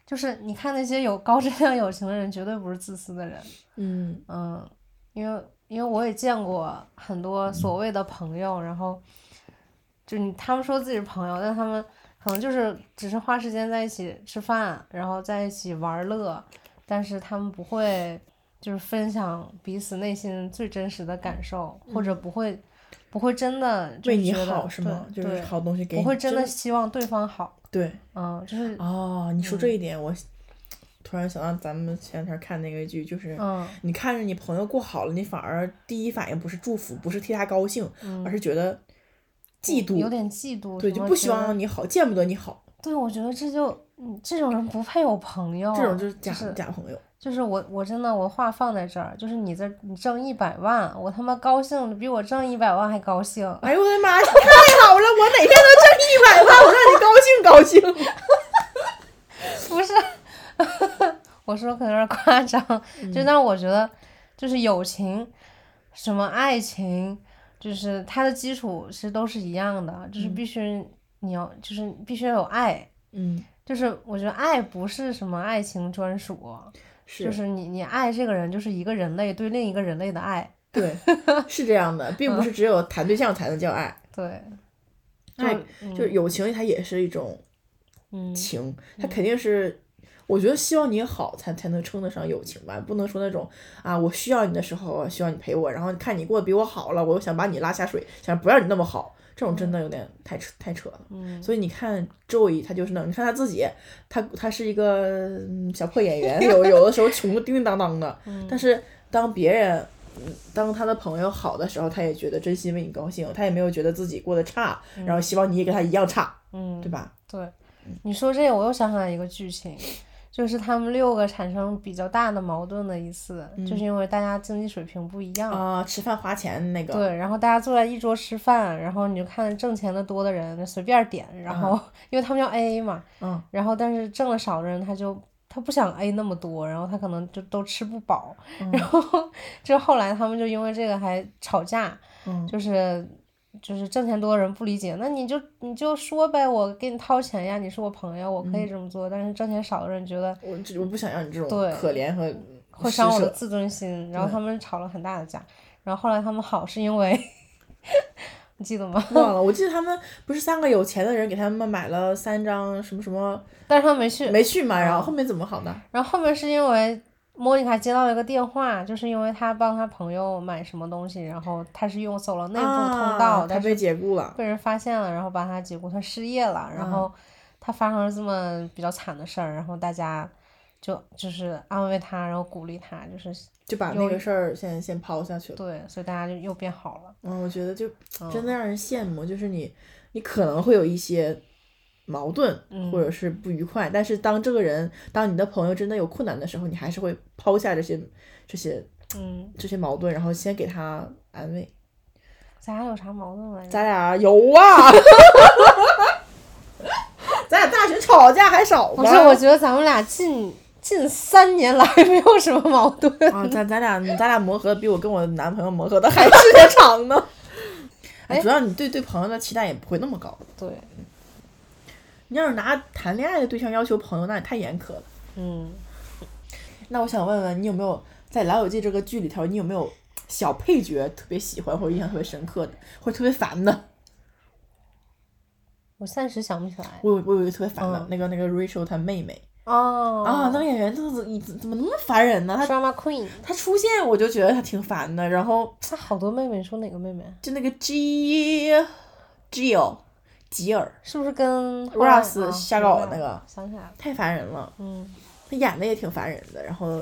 S2: 就是你看那些有高质量友情的人，绝对不是自私的人。
S3: 嗯，
S2: 嗯，因为因为我也见过很
S3: 嗯
S2: 多所谓的朋友，然后就你他们说自己是朋友，但他们可能就是只是花时间在一起吃饭，然后在一起玩乐，但是他们不会就是分享彼此内心最真实的感受，或者不会不会真的就
S3: 嗯为你
S2: 觉得
S3: 好是吗？
S2: 对
S3: 就是
S2: 对
S3: 好东西给你，
S2: 不会真的
S3: 的
S2: 希望对方好，
S3: 对。
S2: 嗯，就是
S3: 哦，你
S2: 嗯
S3: 说这一点，我突然想到咱们前两天看那个剧，就是
S2: 嗯
S3: 你看着你朋友过好了，你反而第一反应不是祝福，不是替他高兴，而是觉得嫉妒，
S2: 嗯有点嫉妒，
S3: 对，
S2: 什
S3: 就
S2: 么
S3: 不
S2: 觉
S3: 希望
S2: 得
S3: 你好，见不得你好，
S2: 对，我觉得这就嗯，这种人不配有朋友，
S3: 这种就是假
S2: 哦是
S3: 假朋友。
S2: 就是我我真的我话放在这儿，就是你这你挣一百万，我他妈高兴的比我挣一百万还高兴，
S3: 哎呦我的妈！太好了，我哪天能挣一百万，我让你高兴 高兴。
S2: 不是？ 我说可能有点夸张，
S3: 嗯
S2: 就但是我觉得就是友情，什么爱情，就是它的基础其实都是一样的，就是必须你要就是必须要有爱，
S3: 嗯，
S2: 就是我觉得爱不是什么爱情专属，
S3: 是
S2: 就是你你爱这个人就是一个人类对另一个人类的爱，
S3: 对，是这样的，
S2: 嗯
S3: 并不是只有谈对象才能叫爱，
S2: 对，嗯
S3: 爱
S2: 就
S3: 就是友情它也是一种
S2: 嗯
S3: 情，它肯定是，我觉得希望你好才才能称得上友情吧，不能说那种啊，我需要你的时候需要你陪我，然后看你过得比我好了，我又想把你拉下水，想不让你那么好，这种真的有点太扯太扯了。
S2: 嗯
S3: 所以你看周易，他就是那种，你看他自己，他他是一个嗯小破演 员，有有的时候穷的叮叮当当的，
S2: 嗯
S3: 但是当别人。嗯当他的朋友好的时候，他也觉得真心为你高兴，他也没有觉得自己过得差，然后希望你也跟他一样差，
S2: 嗯
S3: 对吧？
S2: 对，你说这个，我又想起来一个剧情，就是他们六个产生比较大的矛盾的一次，就是因为大家经济水平不一样。
S3: 啊、吃饭花钱那个，
S2: 对，然后大家坐在一桌吃饭，然后你就看挣钱的多的人随便点，然后、 因为他们要 A A 嘛，
S3: 嗯，
S2: 然后但是挣的少的人他就他不想 A 那么多，然后他可能就都吃不饱，
S3: 嗯
S2: 然后就后来他们就因为这个还吵架，
S3: 嗯
S2: 就是就是挣钱多的人不理解，那你就你就说呗，我给你掏钱呀，你是我朋友，我可
S3: 嗯
S2: 以这么做，但是挣钱少的人觉得
S3: 我这我不想让你这种
S2: 对
S3: 可怜和
S2: 会伤我
S3: 施
S2: 的
S3: 舍
S2: 自尊心，然后
S3: 对
S2: 他们吵了很大的架，然后后来他们好是因为 你记得吗？
S3: 忘了，我记得他们不是三个有钱的人给他们买了三张什么什么
S2: 但是他们没去，
S3: 没去嘛，
S2: 嗯
S3: 然后后面怎么好呢？
S2: 然后后面是因为莫妮卡接到一个电话，就是因为她帮她朋友买什么东西，然后她是用走了内部通道，
S3: 啊、他
S2: 但
S3: 被
S2: 是
S3: 解雇了，
S2: 被人发现了，然后把她解雇，她失业了，
S3: 嗯
S2: 然后她发生了这么比较惨的事儿，然后大家就就是安慰她，然后鼓励她，就是
S3: 就把那个事儿先先抛下去了。
S2: 对，嗯所以大家就又变好了。
S3: 嗯，我觉得就真的让人羡慕，就是你你可能会有一些矛盾
S2: 嗯
S3: 或者是不愉快，但是当这个人，当你的朋友真的有困难的时候，你还是会抛下这些这些
S2: 嗯，
S3: 这些矛盾，然后先给他安慰。
S2: 咱俩有啥矛盾来着？
S3: 咱俩有啊， 咱俩大学吵架还少吗？
S2: 不哦是，我 觉得咱们俩近近三年来 没有什么矛盾。
S3: 啊， 咱咱俩咱俩磨合比我跟我男朋友磨合的还时间长呢。哎，
S2: 哎
S3: 主要你对对朋友的期待也不会那么高。
S2: 对，
S3: 你要是拿谈恋爱的对象要求朋友，那也太严苛了。
S2: 嗯，
S3: 那我想问问你有没有在《老友记》这个剧里头，你有没有小配角特别喜欢或者印象特别深刻的，或者特别烦的？
S2: 我暂时想不起来。
S3: 我有我有一个特别烦的，
S2: 嗯
S3: 那个那个 Rachel 她妹妹
S2: 哦
S3: 啊，那个演员真的是你怎么那么烦人呢？她
S2: drama queen，
S3: 她出现我就觉得她挺烦的，然后
S2: 她好多妹妹，你说哪个妹妹？
S3: 就那个 G Jill 吉尔
S2: 是不是跟
S3: Ross
S2: 啊
S3: 瞎搞
S2: 明白
S3: 那个
S2: 了想起来了，
S3: 太烦人了，
S2: 嗯
S3: 她演的也挺烦人的，然后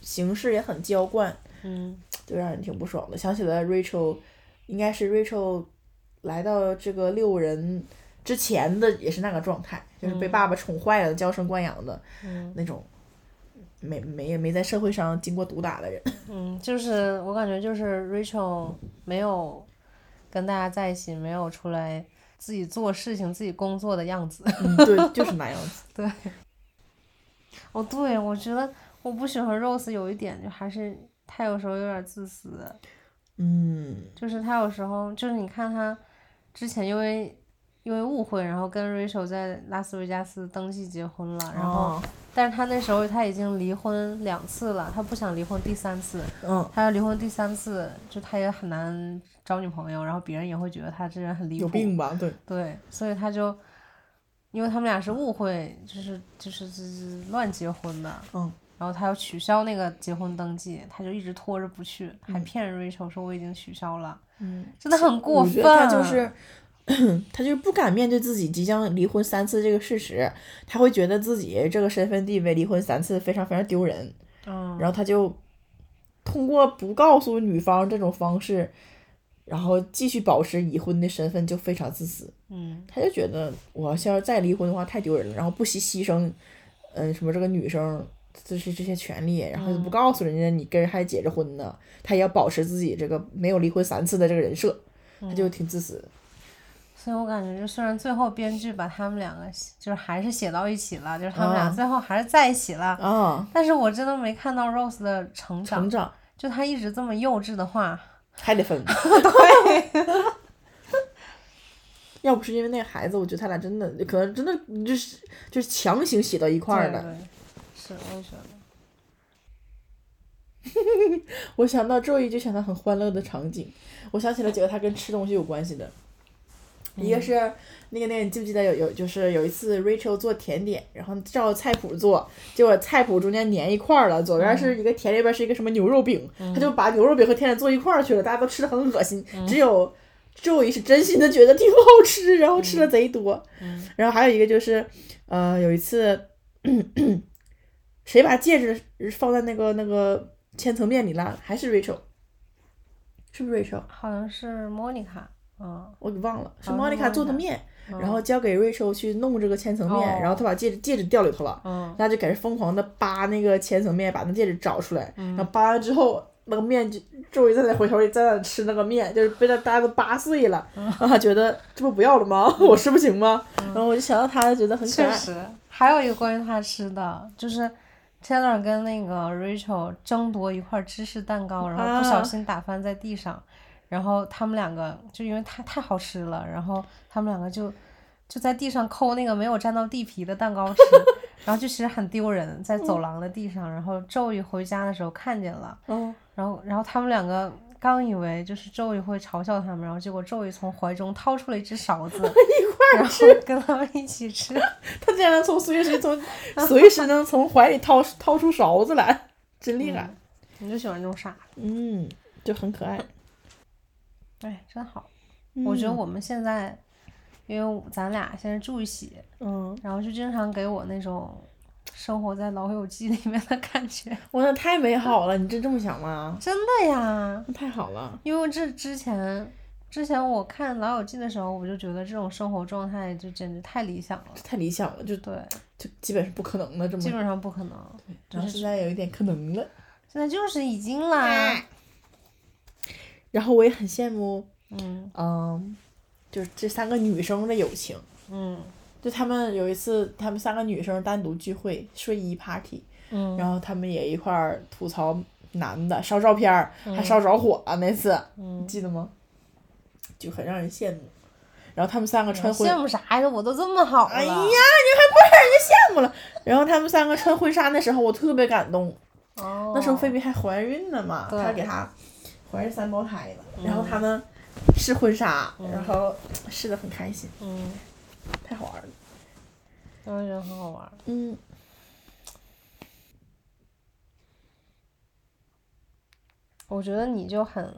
S3: 形式也很娇惯，
S2: 嗯
S3: 就让人挺不爽的。想起了 Rachel，应该是 Rachel 来到这个六人之前的也是那个状态，就是被爸爸宠坏了、娇生惯养的
S2: 嗯
S3: 那种，没没没在社会上经过毒打的人。
S2: 嗯，就是我感觉就是 Rachel 没有跟大家在一起，没有出来自己做事情、自己工作的样 子。
S3: 嗯，对， 就是那样子。
S2: 对，哦，对，我觉得我不喜欢 Rose 有一点，就还是她有时候有点自私，
S3: 嗯，
S2: 就是她有时候就是你看她之前因为因为误会，然后跟 Rachel 在拉斯维加斯登记结婚了，然后、
S3: 哦
S2: 但是她那时候她已经离婚两次了，她不想离婚第三次，
S3: 嗯，
S2: 她要离婚第三次就她也很难找女朋友，然后别人也会觉得她这人很离谱，
S3: 有病吧？对，
S2: 对，所以他就，因为他们俩是误会，就是就是就是乱结婚的，
S3: 嗯，
S2: 然后他要取消那个结婚登记，他就一直拖着不去，还骗 Rachel 说我已经取消了，
S3: 嗯，
S2: 真的很过
S3: 我
S2: 分
S3: 觉，得他就是。他就是不敢面对自己即将离婚三次这个事实，他会觉得自己这个身份地位离婚三次非常非常丢人。
S2: 嗯，
S3: 然后他就通过不告诉女方这种方式，然后继续保持已婚的身份，就非常自私。
S2: 嗯
S3: 他就觉得我要是要再离婚的话太丢人了，然后不惜牺牲，嗯，什么这个女生这些这些权利，然后就不
S2: 嗯
S3: 告诉人家你跟人还结着婚呢，他也要保持自己这个没有离婚三次的这个人设，
S2: 嗯
S3: 他就挺自私的。
S2: 所以我感觉就虽然最后编剧把他们两个写就是还是写到一起了，就是他们俩
S3: 嗯
S2: 最后还是在一起了，
S3: 啊，
S2: 但是我真的没看到 Rose 的成长，
S3: 成长
S2: 就他一直这么幼稚的话，
S3: 还得分。
S2: 对，
S3: 要不是因为那个孩子，我觉得他俩真的可能真的就是就是强行写到一块儿
S2: 对
S3: 的。
S2: 对是我也觉得。
S3: 我想到周一就想到很欢乐的场景，我想起了几个它跟吃东西有关系的，一个是那个那个你记不记得有有就是有一次 Rachel 做甜点，然后照菜谱做，结果菜谱中间粘一块儿了，左边是一个甜，里边是一个什么牛肉饼，他就把牛肉饼和甜点做一块儿去了，大家都吃的很恶心，只有周一是真心的觉得挺好吃，然后吃的贼多，然后还有一个就是呃有一次。 谁把戒指放在那个那个千层面里了？还是 Rachel？是不是 Rachel？
S2: 好像是莫妮卡，嗯，
S3: 我给忘了，是
S2: 好像是
S3: Monica 做的
S2: Monica 嗯
S3: 面，然后交给 Rachel 去弄这个千层面，
S2: 哦
S3: 然后她把戒指戒指掉里头了，
S2: 嗯
S3: 她就开始疯狂的扒那个千层面，把那戒指找出来，
S2: 嗯
S3: 然后扒完之后。那个面就周围在那回头在那吃那个面，就是被他大家都扒碎了，
S2: 嗯
S3: 然后他觉得这不不要了吗？ 我吃不行吗？然后我就想到他，觉得很可
S2: 确
S3: 爱。
S2: 实。还有一个关于他吃的，就是 Taylor 跟那个 Rachel 争夺一块芝士蛋糕，然后不小心打翻在地上，然后他们两个就因为太太好吃了，然后他们两个就就在地上抠那个没有沾到地皮的蛋糕吃，然后就其实很丢人，在走廊的地上，然后咒语回家的时候看见了。
S3: 嗯，
S2: 然后，然后他们两个刚以为就是周易会嘲笑他们，然后结果周易从怀中掏出了一只勺子，然后跟他们一起吃。
S3: 他竟然从随时从随时能从怀里掏掏出勺子来，真厉害。
S2: 嗯你就喜欢这种傻子，
S3: 嗯，就很可爱。
S2: 哎，真好。
S3: 嗯
S2: 我觉得我们现在，因为咱俩现在住一起，
S3: 嗯，
S2: 然后就经常给我那种生活在《老友记》里面的感觉，
S3: 哇，那太美好了！你真这么想吗？
S2: 真的呀。
S3: 那太好了。
S2: 因为这之前之前我看《老友记》的时候，我就觉得这种生活状态就简直太理想了，
S3: 太理想了，就
S2: 对，
S3: 就基本是不可能的这
S2: 基
S3: 么。
S2: 本上不可能。
S3: 然后现在有一点可能了，
S2: 现在就是已经啦，
S3: 哎然后我也很羡慕，
S2: 嗯
S3: 嗯，就是这三个女生的友情。
S2: 嗯
S3: 就她们有一次，她们三个女生单独聚会，睡衣 party，
S2: 嗯
S3: 然后她们也一块儿吐槽男的烧照片儿，还烧着火了那次，你
S2: 嗯，
S3: 记得吗？就很让人羡慕。然后她们三个穿婚，
S2: 羡慕啥呀？我都这么好了，
S3: 哎呀，你还不让人家羡慕了？然后她们三个穿婚纱那时候，我特别感动，
S2: 哦，
S3: 那时候菲比还怀孕呢嘛，
S2: 对
S3: 她给她怀着三胞胎了，然后他们试婚纱，然后试的很开心，
S2: 嗯，
S3: 太好玩了。
S2: 当时觉得很好玩儿。
S3: 嗯，
S2: 我觉得你就很，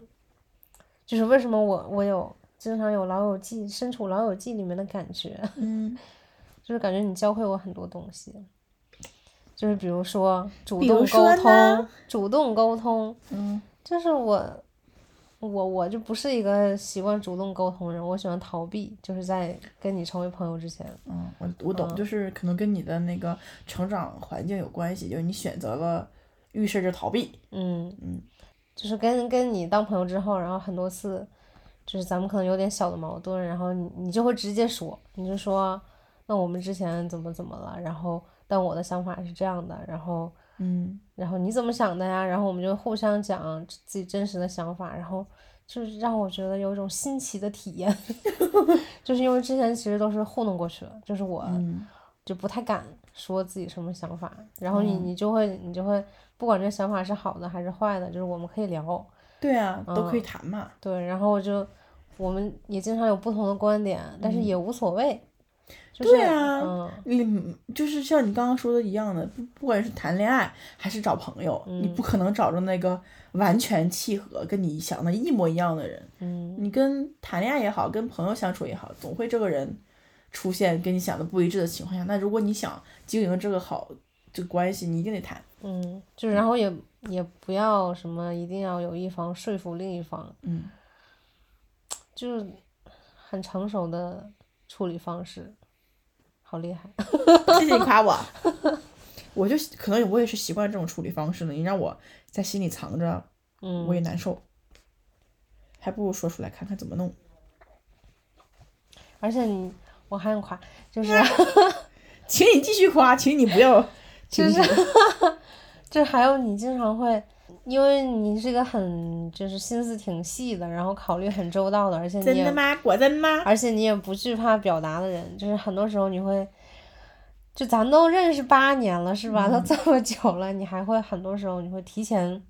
S2: 就是为什么我我有经常有《老友记》身处《老友记》里面的感觉，
S3: 嗯，
S2: 就是感觉你教会我很多东西，就是比如说主
S3: 比如
S2: 动
S3: 说
S2: 沟
S3: 呢
S2: 通，主动沟通，
S3: 嗯，
S2: 就是我。我我就不是一个习惯主动沟通的人，我喜欢逃避，就是在跟你成为朋友之前，
S3: 嗯，我我懂，
S2: 嗯
S3: 就是可能跟你的那个成长环境有关系，就是你选择了遇事就逃避。
S2: 嗯
S3: 嗯，
S2: 就是跟跟你当朋友之后，然后很多次，就是咱们可能有点小的矛盾，然后你你就会直接说，你就说，那我们之前怎么怎么了，然后但我的想法是这样的，然后
S3: 嗯，
S2: 然后你怎么想的呀？然后我们就互相讲自己真实的想法，然后就是让我觉得有一种新奇的体验， 就是因为之前其实都是糊弄过去了，就是我
S3: 嗯
S2: 就不太敢说自己什么想法，然后你
S3: 嗯
S2: 你就会你就会不管这想法是好的还是坏的，就是我们可以聊，
S3: 对啊，都可以谈嘛。
S2: 对，然后我就我们也经常有不同的观点，但是也无所谓，就是
S3: 嗯对啊
S2: 嗯
S3: 嗯，就是像你刚刚说的一样的，不不管是谈恋爱还是找朋友，你不可能找着那个完全契合、跟你想的一模一样的人。
S2: 嗯
S3: 你跟谈恋爱也好，跟朋友相处也好，总会这个人出现跟你想的不一致的情况下。那如果你想经营这个好这个关系，你一定得谈。
S2: 嗯，就是然后也也不要什么一定要有一方说服另一方，
S3: 嗯，
S2: 就是很成熟的处理方式，好厉害，
S3: 谢谢你夸我。 我就可能我也是习惯这种处理方式了，你让我在心里藏着，
S2: 嗯
S3: 我也难受，还不如说出来看看怎么弄。
S2: 而且你我还想夸， 就是
S3: 请你继续夸，请你不 要
S2: 就
S3: 停止。
S2: 是就是还有你经常会，因为你是一个很就是心思挺细的，然后考虑很周到的，而且你
S3: 真
S2: 也
S3: 的吗？果真吗？
S2: 而且你也不惧怕表达的人，就是很多时候你会，就咱都认识八年了是吧？都这么久了，你还会很多时候你会提前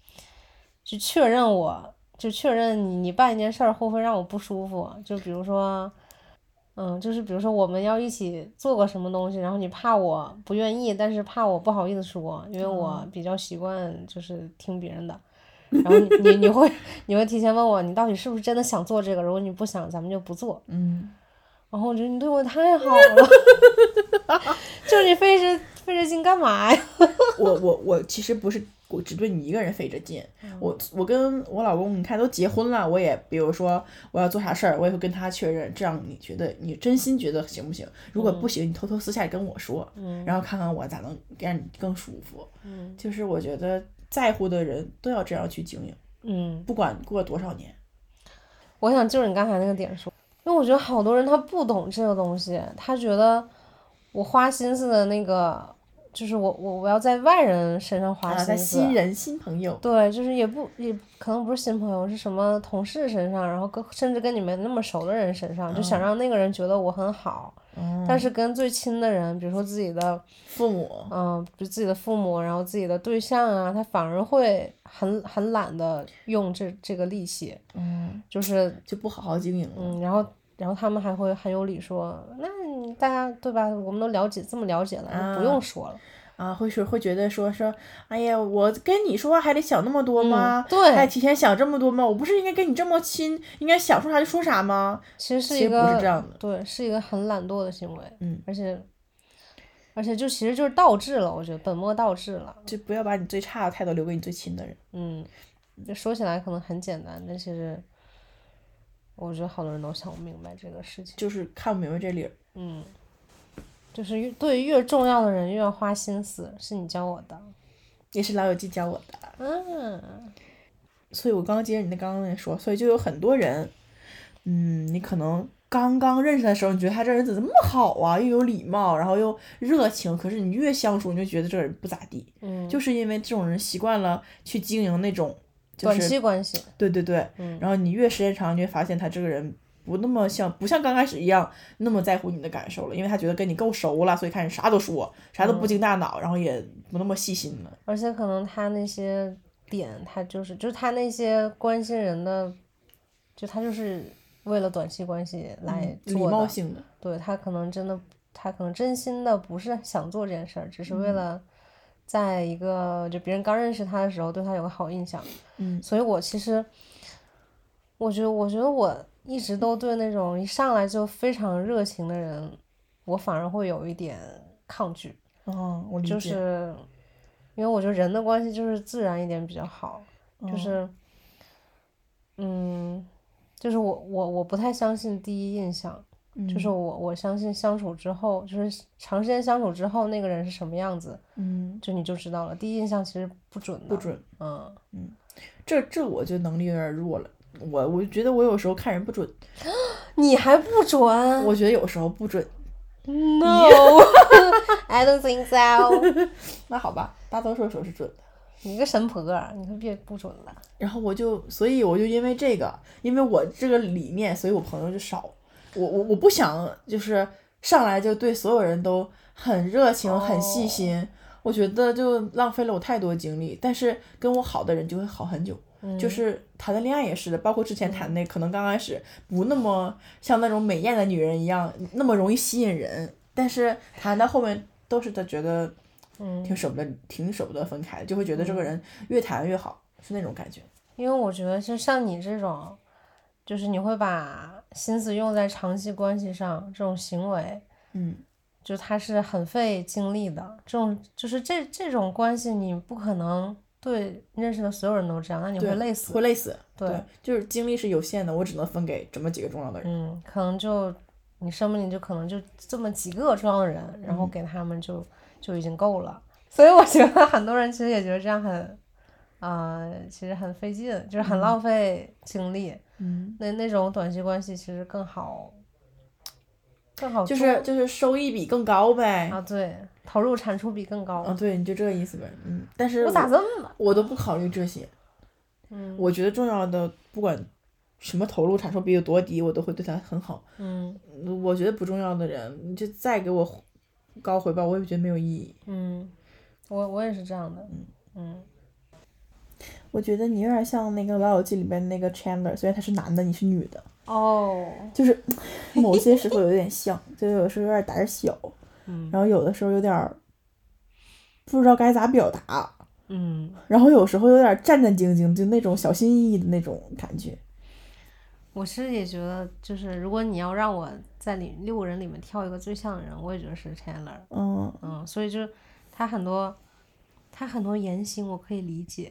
S2: 去确认我，就确认你你办一件事儿会不会让我不舒服？就比如说，嗯，就是比如说我们要一起做个什么东西，然后你怕我不愿意，但是怕我不好意思说，因为我比较习惯就是听别人的。然后你你你会你会提前问我你到底是不是真的想做这个？如果你不想，咱们就不做。
S3: 嗯，
S2: 然后我觉得你对我太好了， 就是你费这费这劲干嘛呀？
S3: 我我我其实不是我只对你一个人费着劲，我我跟我老公，你看都结婚了，我也比如说我要做啥事儿，我也会跟他确认，这样你觉得你真心觉得行不行？如果不行，你偷偷私下跟我说，然后看看我咋能让你更舒服。
S2: 嗯
S3: 就是我觉得在乎的人都要这样去经营，
S2: 嗯，
S3: 不管过多少年。
S2: 我想就是你刚才那个点说，因为我觉得好多人他不懂这个东西，他觉得我花心思的那个，就是我我我要在外人身上花
S3: 啊，
S2: 心
S3: 在
S2: 思，
S3: 新人新朋友，
S2: 对，就是也不也可能不是新朋友，是什么同事身上，然后跟甚至跟你们那么熟的人身上，就想
S3: 嗯
S2: 让那个人觉得我很好，但是跟最亲的人，比如说自己的。
S3: 父母，
S2: 嗯，就自己的父母，然后自己的对象啊，他反而会很很懒得用这这个力气，
S3: 嗯，
S2: 就是
S3: 就不好好经营了。
S2: 嗯，然后然后他们还会很有理说，那你大家对吧？我们都了解这么了解了，就不
S3: 啊
S2: 用说了。
S3: 啊，会说会觉得说说，哎呀，我跟你说话还得想那么多吗？
S2: 嗯对
S3: 还提前想这么多吗？我不是应该跟你这么亲，应该想说啥就说啥吗？
S2: 其实是一
S3: 其实不
S2: 个
S3: 是这样的
S2: 对，是一个很懒惰的行为，
S3: 嗯，
S2: 而且而且就其实就是倒置了，我觉得本末倒置了，
S3: 就不要把你最差的态度留给你最亲的人。
S2: 嗯，就说起来可能很简单，但其实。我觉得好多人都想不明白这个事情。
S3: 就是看不明白这理儿。
S2: 嗯，就是越对越重要的人越要花心思，是你教我的。
S3: 也是老友记教我的。
S2: 嗯，
S3: 所以我刚刚接着你的刚刚那说，所以就有很多人，嗯，你可能刚刚认识他的时候，你觉得他这人怎么这么好啊，又有礼貌，然后又热情，可是你越相处，你就觉得这人不咋地，
S2: 嗯
S3: 就是因为这种人习惯了去经营那种，就
S2: 短期
S3: 是
S2: 关系，
S3: 对对对，
S2: 嗯
S3: 然后你越时间长，你会发现他这个人。不那么像，不像刚开始一样那么在乎你的感受了，因为他觉得跟你够熟了，所以开始啥都说，啥
S2: 嗯
S3: 都不经大脑，然后也不那么细心了。
S2: 而且可能他那些点，他就是就是他那些关心人的，就他就是为了短期关系来
S3: 嗯礼
S2: 哎做的。
S3: 貌性的，
S2: 对他可能真的，他可能真心的不是想做这件事儿，只是为了在一个就别人刚认识他的时候对他有个好印象。
S3: 嗯
S2: 所以我其实，我觉得，我觉得我一直都对那种一上来就非常热情的人，我反而会有一点抗拒，
S3: 哦，我理解，
S2: 就是因为我觉得人的关系就是自然一点比较好。就
S3: 嗯
S2: 是，嗯，就是我我我不太相信第一印象，就是
S3: 嗯
S2: 我我相信相处之后，就是长时间相处之后那个人是什么样子，
S3: 嗯，
S2: 就你就知道了。第一印象其实不准的，
S3: 不，准。
S2: 嗯，
S3: 这这我就能力有点弱了。我我觉得我有时候看人不准，
S2: 你还不准
S3: 我觉得有时候不准。
S2: ？No，I don't think so 。
S3: 那好吧，大多数时候是准的。
S2: 你个神婆儿，你可别不准了。
S3: 然后我就，所以我就因为这个，因为我这个理念，所以我朋友就少。我我我不想就是上来就对所有人都很热情、很细心。我觉得就浪费了我太多精力，但是跟我好的人就会好很久。就是谈的恋爱也是的，包括之前谈的，可能刚开始不那么像那种美艳的女人一样那么容易吸引人，但是谈到后面都是他觉得，挺舍不得，挺舍不得分开的，就会觉得这个人越谈越好，是那种感觉。
S2: 因为我觉得，就像你这种，就是你会把心思用在长期关系上，这种行为，
S3: 嗯，
S2: 就它是很费精力的。这种就是这这种关系，你不可能对认识的所有人都这样，那你
S3: 对
S2: 会累死。
S3: 会累死。
S2: 对
S3: 就是精力是有限的，我只能分给这么几个重要的人。
S2: 嗯，可能就你生命里就可能就这么几个重要的人，然
S3: 嗯
S2: 后给他们就、就已经够了。所以我觉得很多人其实也觉得这样很，呃，其实很费劲，就是很浪费精力。
S3: 嗯，
S2: 那那种短期关系其实更好，更好
S3: 就是
S2: 做
S3: 就是收益比更高呗。
S2: 啊，对，投入产出比更高。
S3: 啊，对，你就这个意思呗。嗯，但是
S2: 我咋这么
S3: 我都不考虑这些。
S2: 嗯
S3: 我觉得重要的，不管什么投入产出比有多低，我都会对他很好。
S2: 嗯
S3: 我觉得不重要的人，你就再给我高回报，我也觉得没有意义。
S2: 嗯，我我也是这样的，嗯
S3: 我觉得你有点像那个《老友记》里边那个 Chandler，虽然他是男的，你是女的，
S2: 哦，
S3: 就是某些时候有点像，就有时候有点胆小，
S2: 嗯
S3: 然后有的时候有点儿不知道该咋表达，
S2: 嗯，
S3: 然后有时候有点战战兢兢，就那种小心翼翼的那种感觉。
S2: 我是也觉得，就是如果你要让我在里六个人里面挑一个最像的人，我也觉得是 Chandler，
S3: 嗯，
S2: 嗯，所以就是他很多他很多言行我可以理解，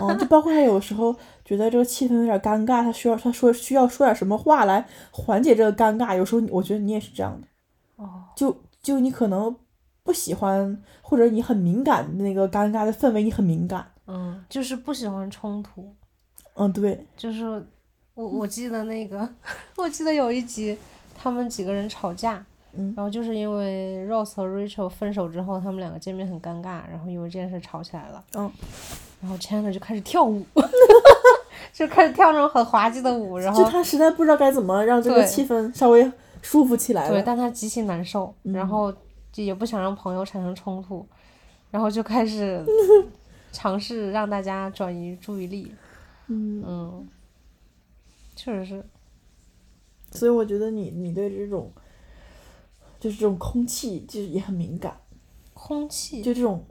S3: 嗯，就包括他有时候觉得这个气氛有点尴尬，他需要他说需要说点什么话来缓解这个尴尬。有时候你我觉得你也是这样的，
S2: 哦，
S3: 就就你可能不喜欢，或者你很敏感那个尴尬的氛围，你很敏感。
S2: 嗯，就是不喜欢冲突，
S3: 嗯，对，
S2: 就是 我我记得那个，我记得有一集他们几个人吵架，
S3: 嗯
S2: 然后就是因为 Rose 和 Rachel 分手之后，他们两个见面很尴尬，然后因为这件事吵起来了，
S3: 嗯，
S2: 然后 Chandler 就开始跳舞， 就开始跳那种很滑稽的舞，然
S3: 就
S2: 后
S3: 他实在不知道该怎么让这个
S2: 对
S3: 气氛稍微舒服起来
S2: 对，
S3: 了。嗯
S2: 但他极其难受，然后就也不想让朋友产生冲突，然后就开 始尝试让大家转移注意力，
S3: 嗯，
S2: 嗯，确实是。
S3: 所以我觉得你你对这种就是这种空气就是也很敏感，
S2: 空气
S3: 就这种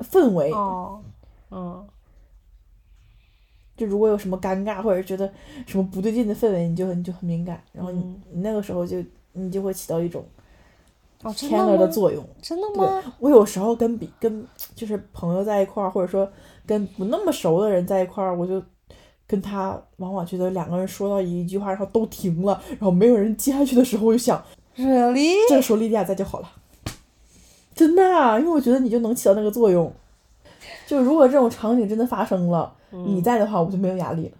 S3: 氛围，
S2: 哦，嗯，
S3: 就如果有什么尴尬或者觉得什么不对劲的氛围，你就你就很敏感，然后你、
S2: 嗯
S3: 你那个时候就你就会起到一种
S2: 哦，真
S3: 天
S2: 的
S3: 鹅的
S2: 吗？
S3: 作用。
S2: 真的
S3: 对
S2: 吗？
S3: 我有时候跟比跟就是朋友在一块儿，或者说跟不那么熟的人在一块儿，我就跟他往往觉得两个人说到一句话，然后都停了，然后没有人接下去的时候，我就想，
S2: Really？
S3: 这个时候莉莉娅在就好了，真的啊、因为我觉得你就能起到那个作用。就如果这种场景真的发生了，你在的话，我就没有压力了。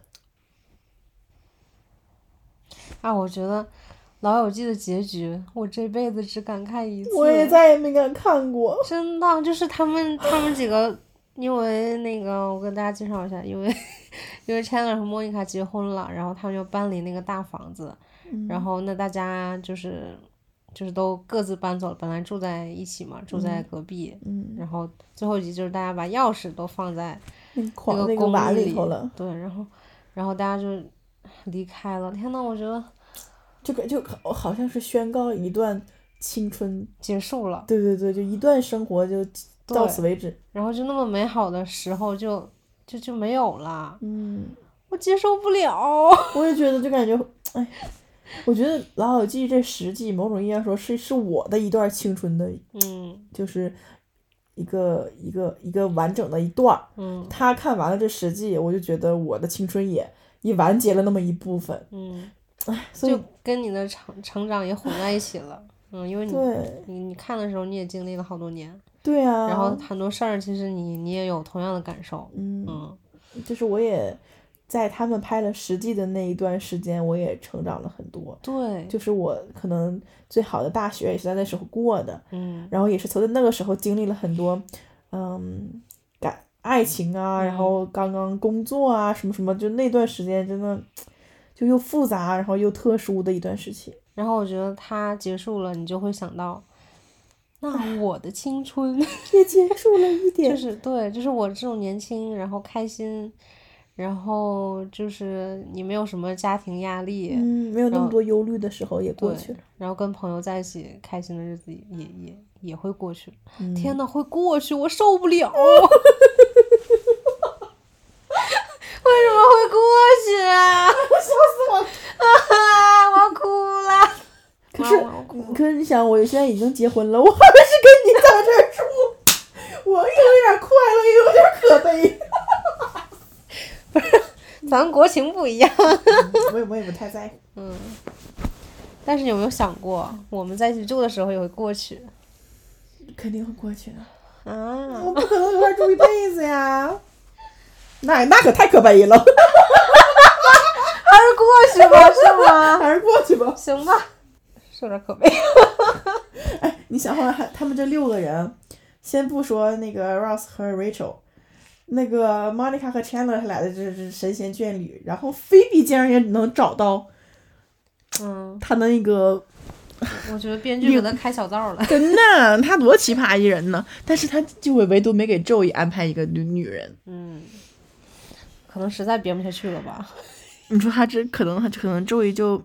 S2: 啊，我觉得《老友记》的结局，我这辈子只敢看一次。
S3: 我也再也没敢看过。
S2: 真的，就是他们他们几个，因为那个我跟大家介绍一下，因为因为 Chandler 和莫妮卡结婚了，然后他们就搬离那个大房子，嗯
S3: 嗯
S2: 然后那大家就是就是都各自搬走了，本来住在一起嘛，住在隔壁，
S3: 嗯，
S2: 然后最后一集就是大家把钥匙都放在
S3: 那
S2: 那
S3: 狂
S2: 个
S3: 那个
S2: 公
S3: 碗
S2: 寓
S3: 里头了，
S2: 对，然后然后大家就离开了。天呐，我觉得
S3: 就感就好好像是宣告一段青春，
S2: 结束了。
S3: 对对对，就一段生活就到
S2: 对
S3: 此为止。
S2: 然后就那么美好的时候就就就没有了，
S3: 嗯，
S2: 我接受不了。
S3: 我也觉得，就感觉，哎，我觉得《老友记》这十季，某种意义上说是是我的一段青春的，
S2: 嗯
S3: 就是一个一个一个完整的一段儿。
S2: 嗯
S3: 他看完了这十季，我就觉得我的青春也也完结了那么一部分。
S2: 嗯，
S3: 哎，所以
S2: 就跟你的成成长也混在一起了。嗯，因为你
S3: 对
S2: 你你看的时候你也经历了好多年，
S3: 对啊，
S2: 然后很多事儿其实你你也有同样的感受。
S3: 嗯，
S2: 嗯
S3: 就是我也在他们拍了十季的那一段时间，我也成长了很多。
S2: 对，
S3: 就是我可能最好的大学也是在那时候过的，
S2: 嗯
S3: 然后也是从那个时候经历了很多，嗯，感爱情啊，
S2: 嗯
S3: 然后刚刚工作啊，什么什么，就那段时间真的就又复杂，然后又特殊的一段时期。
S2: 然后我觉得它结束了，你就会想到，那我的青春。
S3: 也结束了一点，
S2: 就是对，就是我这种年轻，然后开心，然后就是你没有什么家庭压力，
S3: 嗯，没有那
S2: 然
S3: 么
S2: 后
S3: 多忧虑的时候也过
S2: 对
S3: 去了。，
S2: 然后跟朋友在一起开心的日子也也也也会过去。
S3: 嗯
S2: 天呐，会过去，我受不 了。为什么会过去啊？
S3: 我笑死我了！
S2: 啊，我要哭了。
S3: 可
S2: 哇
S3: 是
S2: 我要哭
S3: 可是你想，我现在已经结婚了，我还是跟你在这儿住，我又有点快乐，又有点可悲。
S2: 咱们国情不一样。
S3: 我也我也不太在乎。
S2: 但是有没有想过，我们在一起住的时候也会过去
S3: 肯定会过去的，
S2: 啊？
S3: 我不可能一块儿住一辈子呀。那那可太可悲了，
S2: 还是过去吧，是吗？
S3: 还是过去吧。
S2: 行吧，是有点可悲。
S3: 哎，你想后来还他们这六个人，先不说那个 Ross 和 Rachel，那个 Monica 和 Chandler 他俩的这是神仙眷侣，然后菲比竟然也能找到
S2: 嗯，
S3: 他的那个，
S2: 我觉得编剧给他开小灶了。
S3: 真的，他多奇葩一人呢。但是他就唯唯独没给 Joey 安排一个女女人，
S2: 嗯， 可能实在编不下去了吧。
S3: 你说他这可能他可能 Joey 就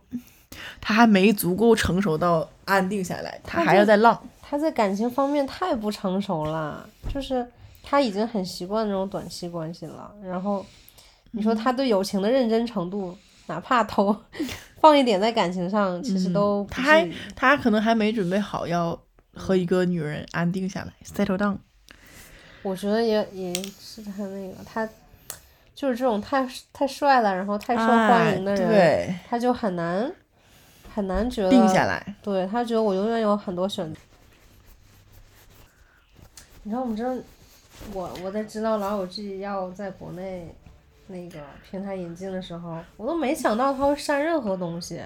S3: 他还没足够成熟到安定下来，他
S2: 他
S3: 还
S2: 就
S3: 要再浪。
S2: 他在感情方面太不成熟了，就是他已经很习惯这种短期关系了。然后你说他对友情的认真程度，哪怕投放一点在感情上，其实都不
S3: 他
S2: 至
S3: 还
S2: 于。
S3: 他可能还没准备好要和一个女人安定下来，settle down。
S2: 我觉得也也是他那个他。就是这种太太帅了，然后太受欢迎的人，
S3: 哎
S2: 他就很难很难觉得
S3: 对，定下来。
S2: 对他觉得我永远有很多选择。你知道，我们知道，我我在知道《老友记》要在国内那个平台引进的时候，我都没想到他会删任何东西，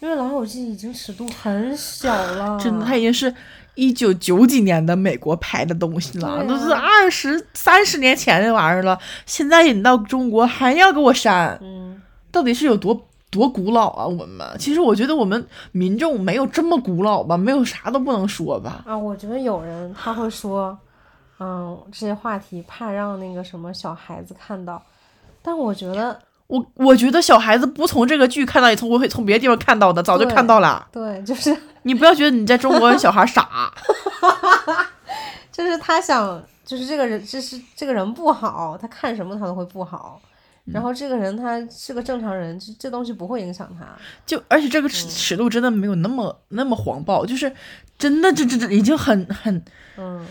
S2: 因为《老友记》已经尺度很小了，
S3: 真的，他已经是一九九几年的美国拍的东西了，
S2: 对
S3: 都
S2: 啊
S3: 是二十三十年前的玩意儿了，现在引到中国还要给我删，
S2: 嗯，
S3: 到底是有多？多古老啊！我们，其实我觉得我们民众没有这么古老吧，没有啥都不能说吧。
S2: 啊，我觉得有人他会说，嗯，这些话题怕让那个什么小孩子看到，但我觉得
S3: 我我觉得小孩子不从这个剧看到，也从我会从别的地方看到的，早就
S2: 对
S3: 看到了。
S2: 对，就是
S3: 你不要觉得你在中国小孩 傻，
S2: 就是他想，就是这个人，就是这个人不好，他看什么他都会不好。
S3: 嗯
S2: 然后这个人他是个正常人，这这东西不会影响他。
S3: 就而且这个尺尺度真的没有那么那么黄暴，就是真的这这这已经很很
S2: 嗯，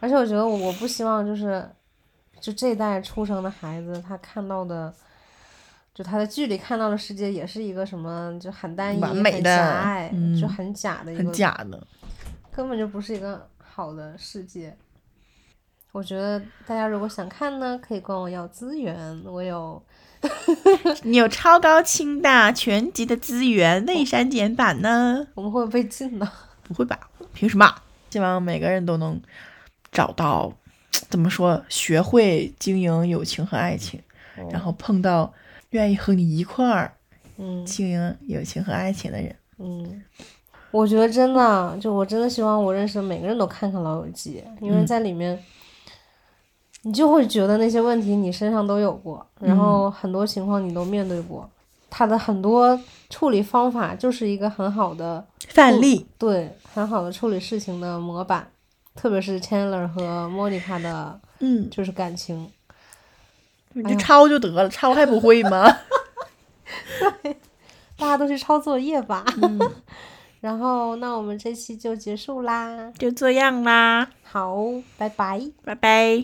S2: 而且我觉得我我不希望就是，就这一代出生的孩子，他看到的就他在剧里看到的世界也是一个什么，就很单一、
S3: 完美
S2: 很
S3: 的
S2: 狭隘，
S3: 嗯
S2: 就很假的一
S3: 很
S2: 个，
S3: 假的。
S2: 根本就不是一个好的世界。我觉得大家如果想看呢，可以管我要资源，我有
S3: 你有超高清的全集的资源，未删减版呢？
S2: 我们会不会被禁呢？
S3: 不会吧？凭什么啊？希望每个人都能找到，怎么说，学会经营友情和爱情，然后碰到愿意和你一块儿
S2: 嗯
S3: 经营友情和爱情的人。
S2: 嗯，我觉得真的，啊就我真的希望我认识的每个人都看看《老友记》，因为
S3: 嗯
S2: 在里面，你就会觉得那些问题你身上都有过，然
S3: 嗯
S2: 后很多情况你都面对过，他的很多处理方法就是一个很好的
S3: 范例，
S2: 对很好的处理事情的模板，特别是 Chandler 和 Monica 的，
S3: 嗯，
S2: 就是感情，
S3: 你
S2: 哎呀
S3: 就抄就得了，抄还不会吗？
S2: 大家都去抄作业吧。
S3: 嗯
S2: 然后，那我们这期就结束啦，
S3: 就这样啦，
S2: 好，拜拜。
S3: 拜拜。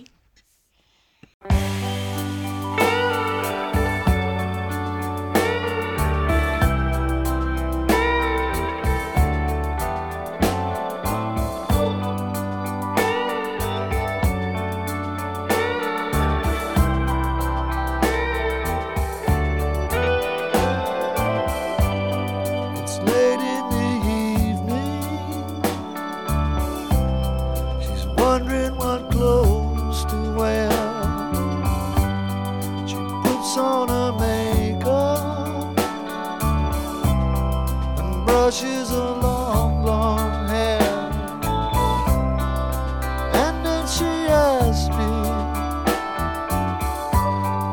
S1: It's late in the evening. She's wondering what clothes to wear. She puts on her makeup and brushes her long, long hair. And then she asks me,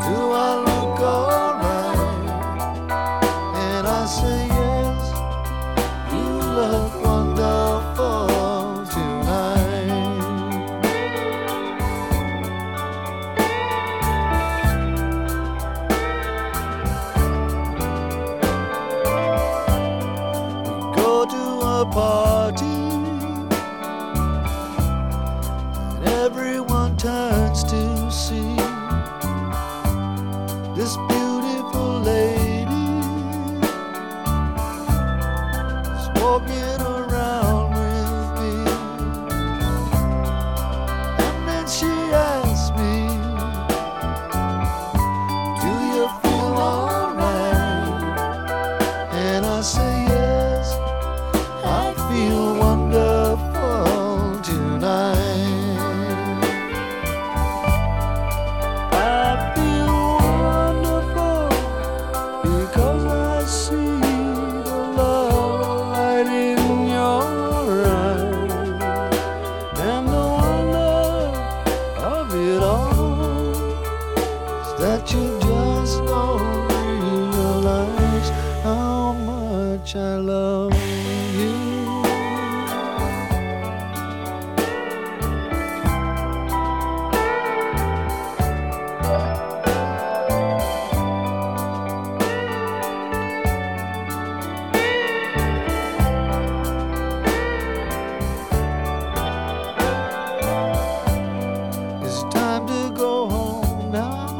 S1: Do I look alright? And I say yes, you look wonderful tonight. We go to a party, and everyone turns to see this beautiful lady is walking around with me. And then she asks me, Do you feel alright? And I say, Yes, I feel wonderful tonight. I feel wonderful because I see the love light in your eyes and the wonder of it all is that you just don't realize how much I love you. It's time to go home now.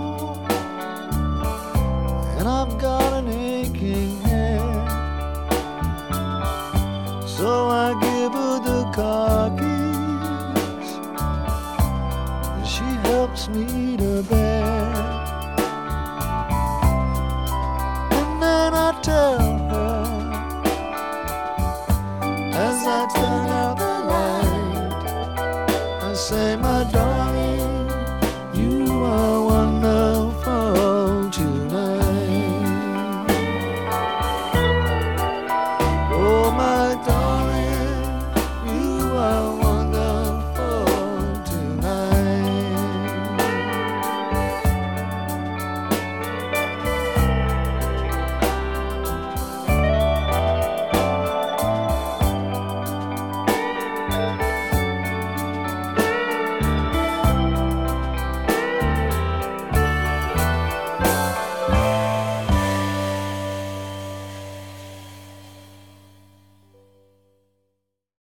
S1: And I've got an aching head. So I give her the car keys. And she helps me to bed. And then I tell her as I turn out the light. I say, my darling, Oh,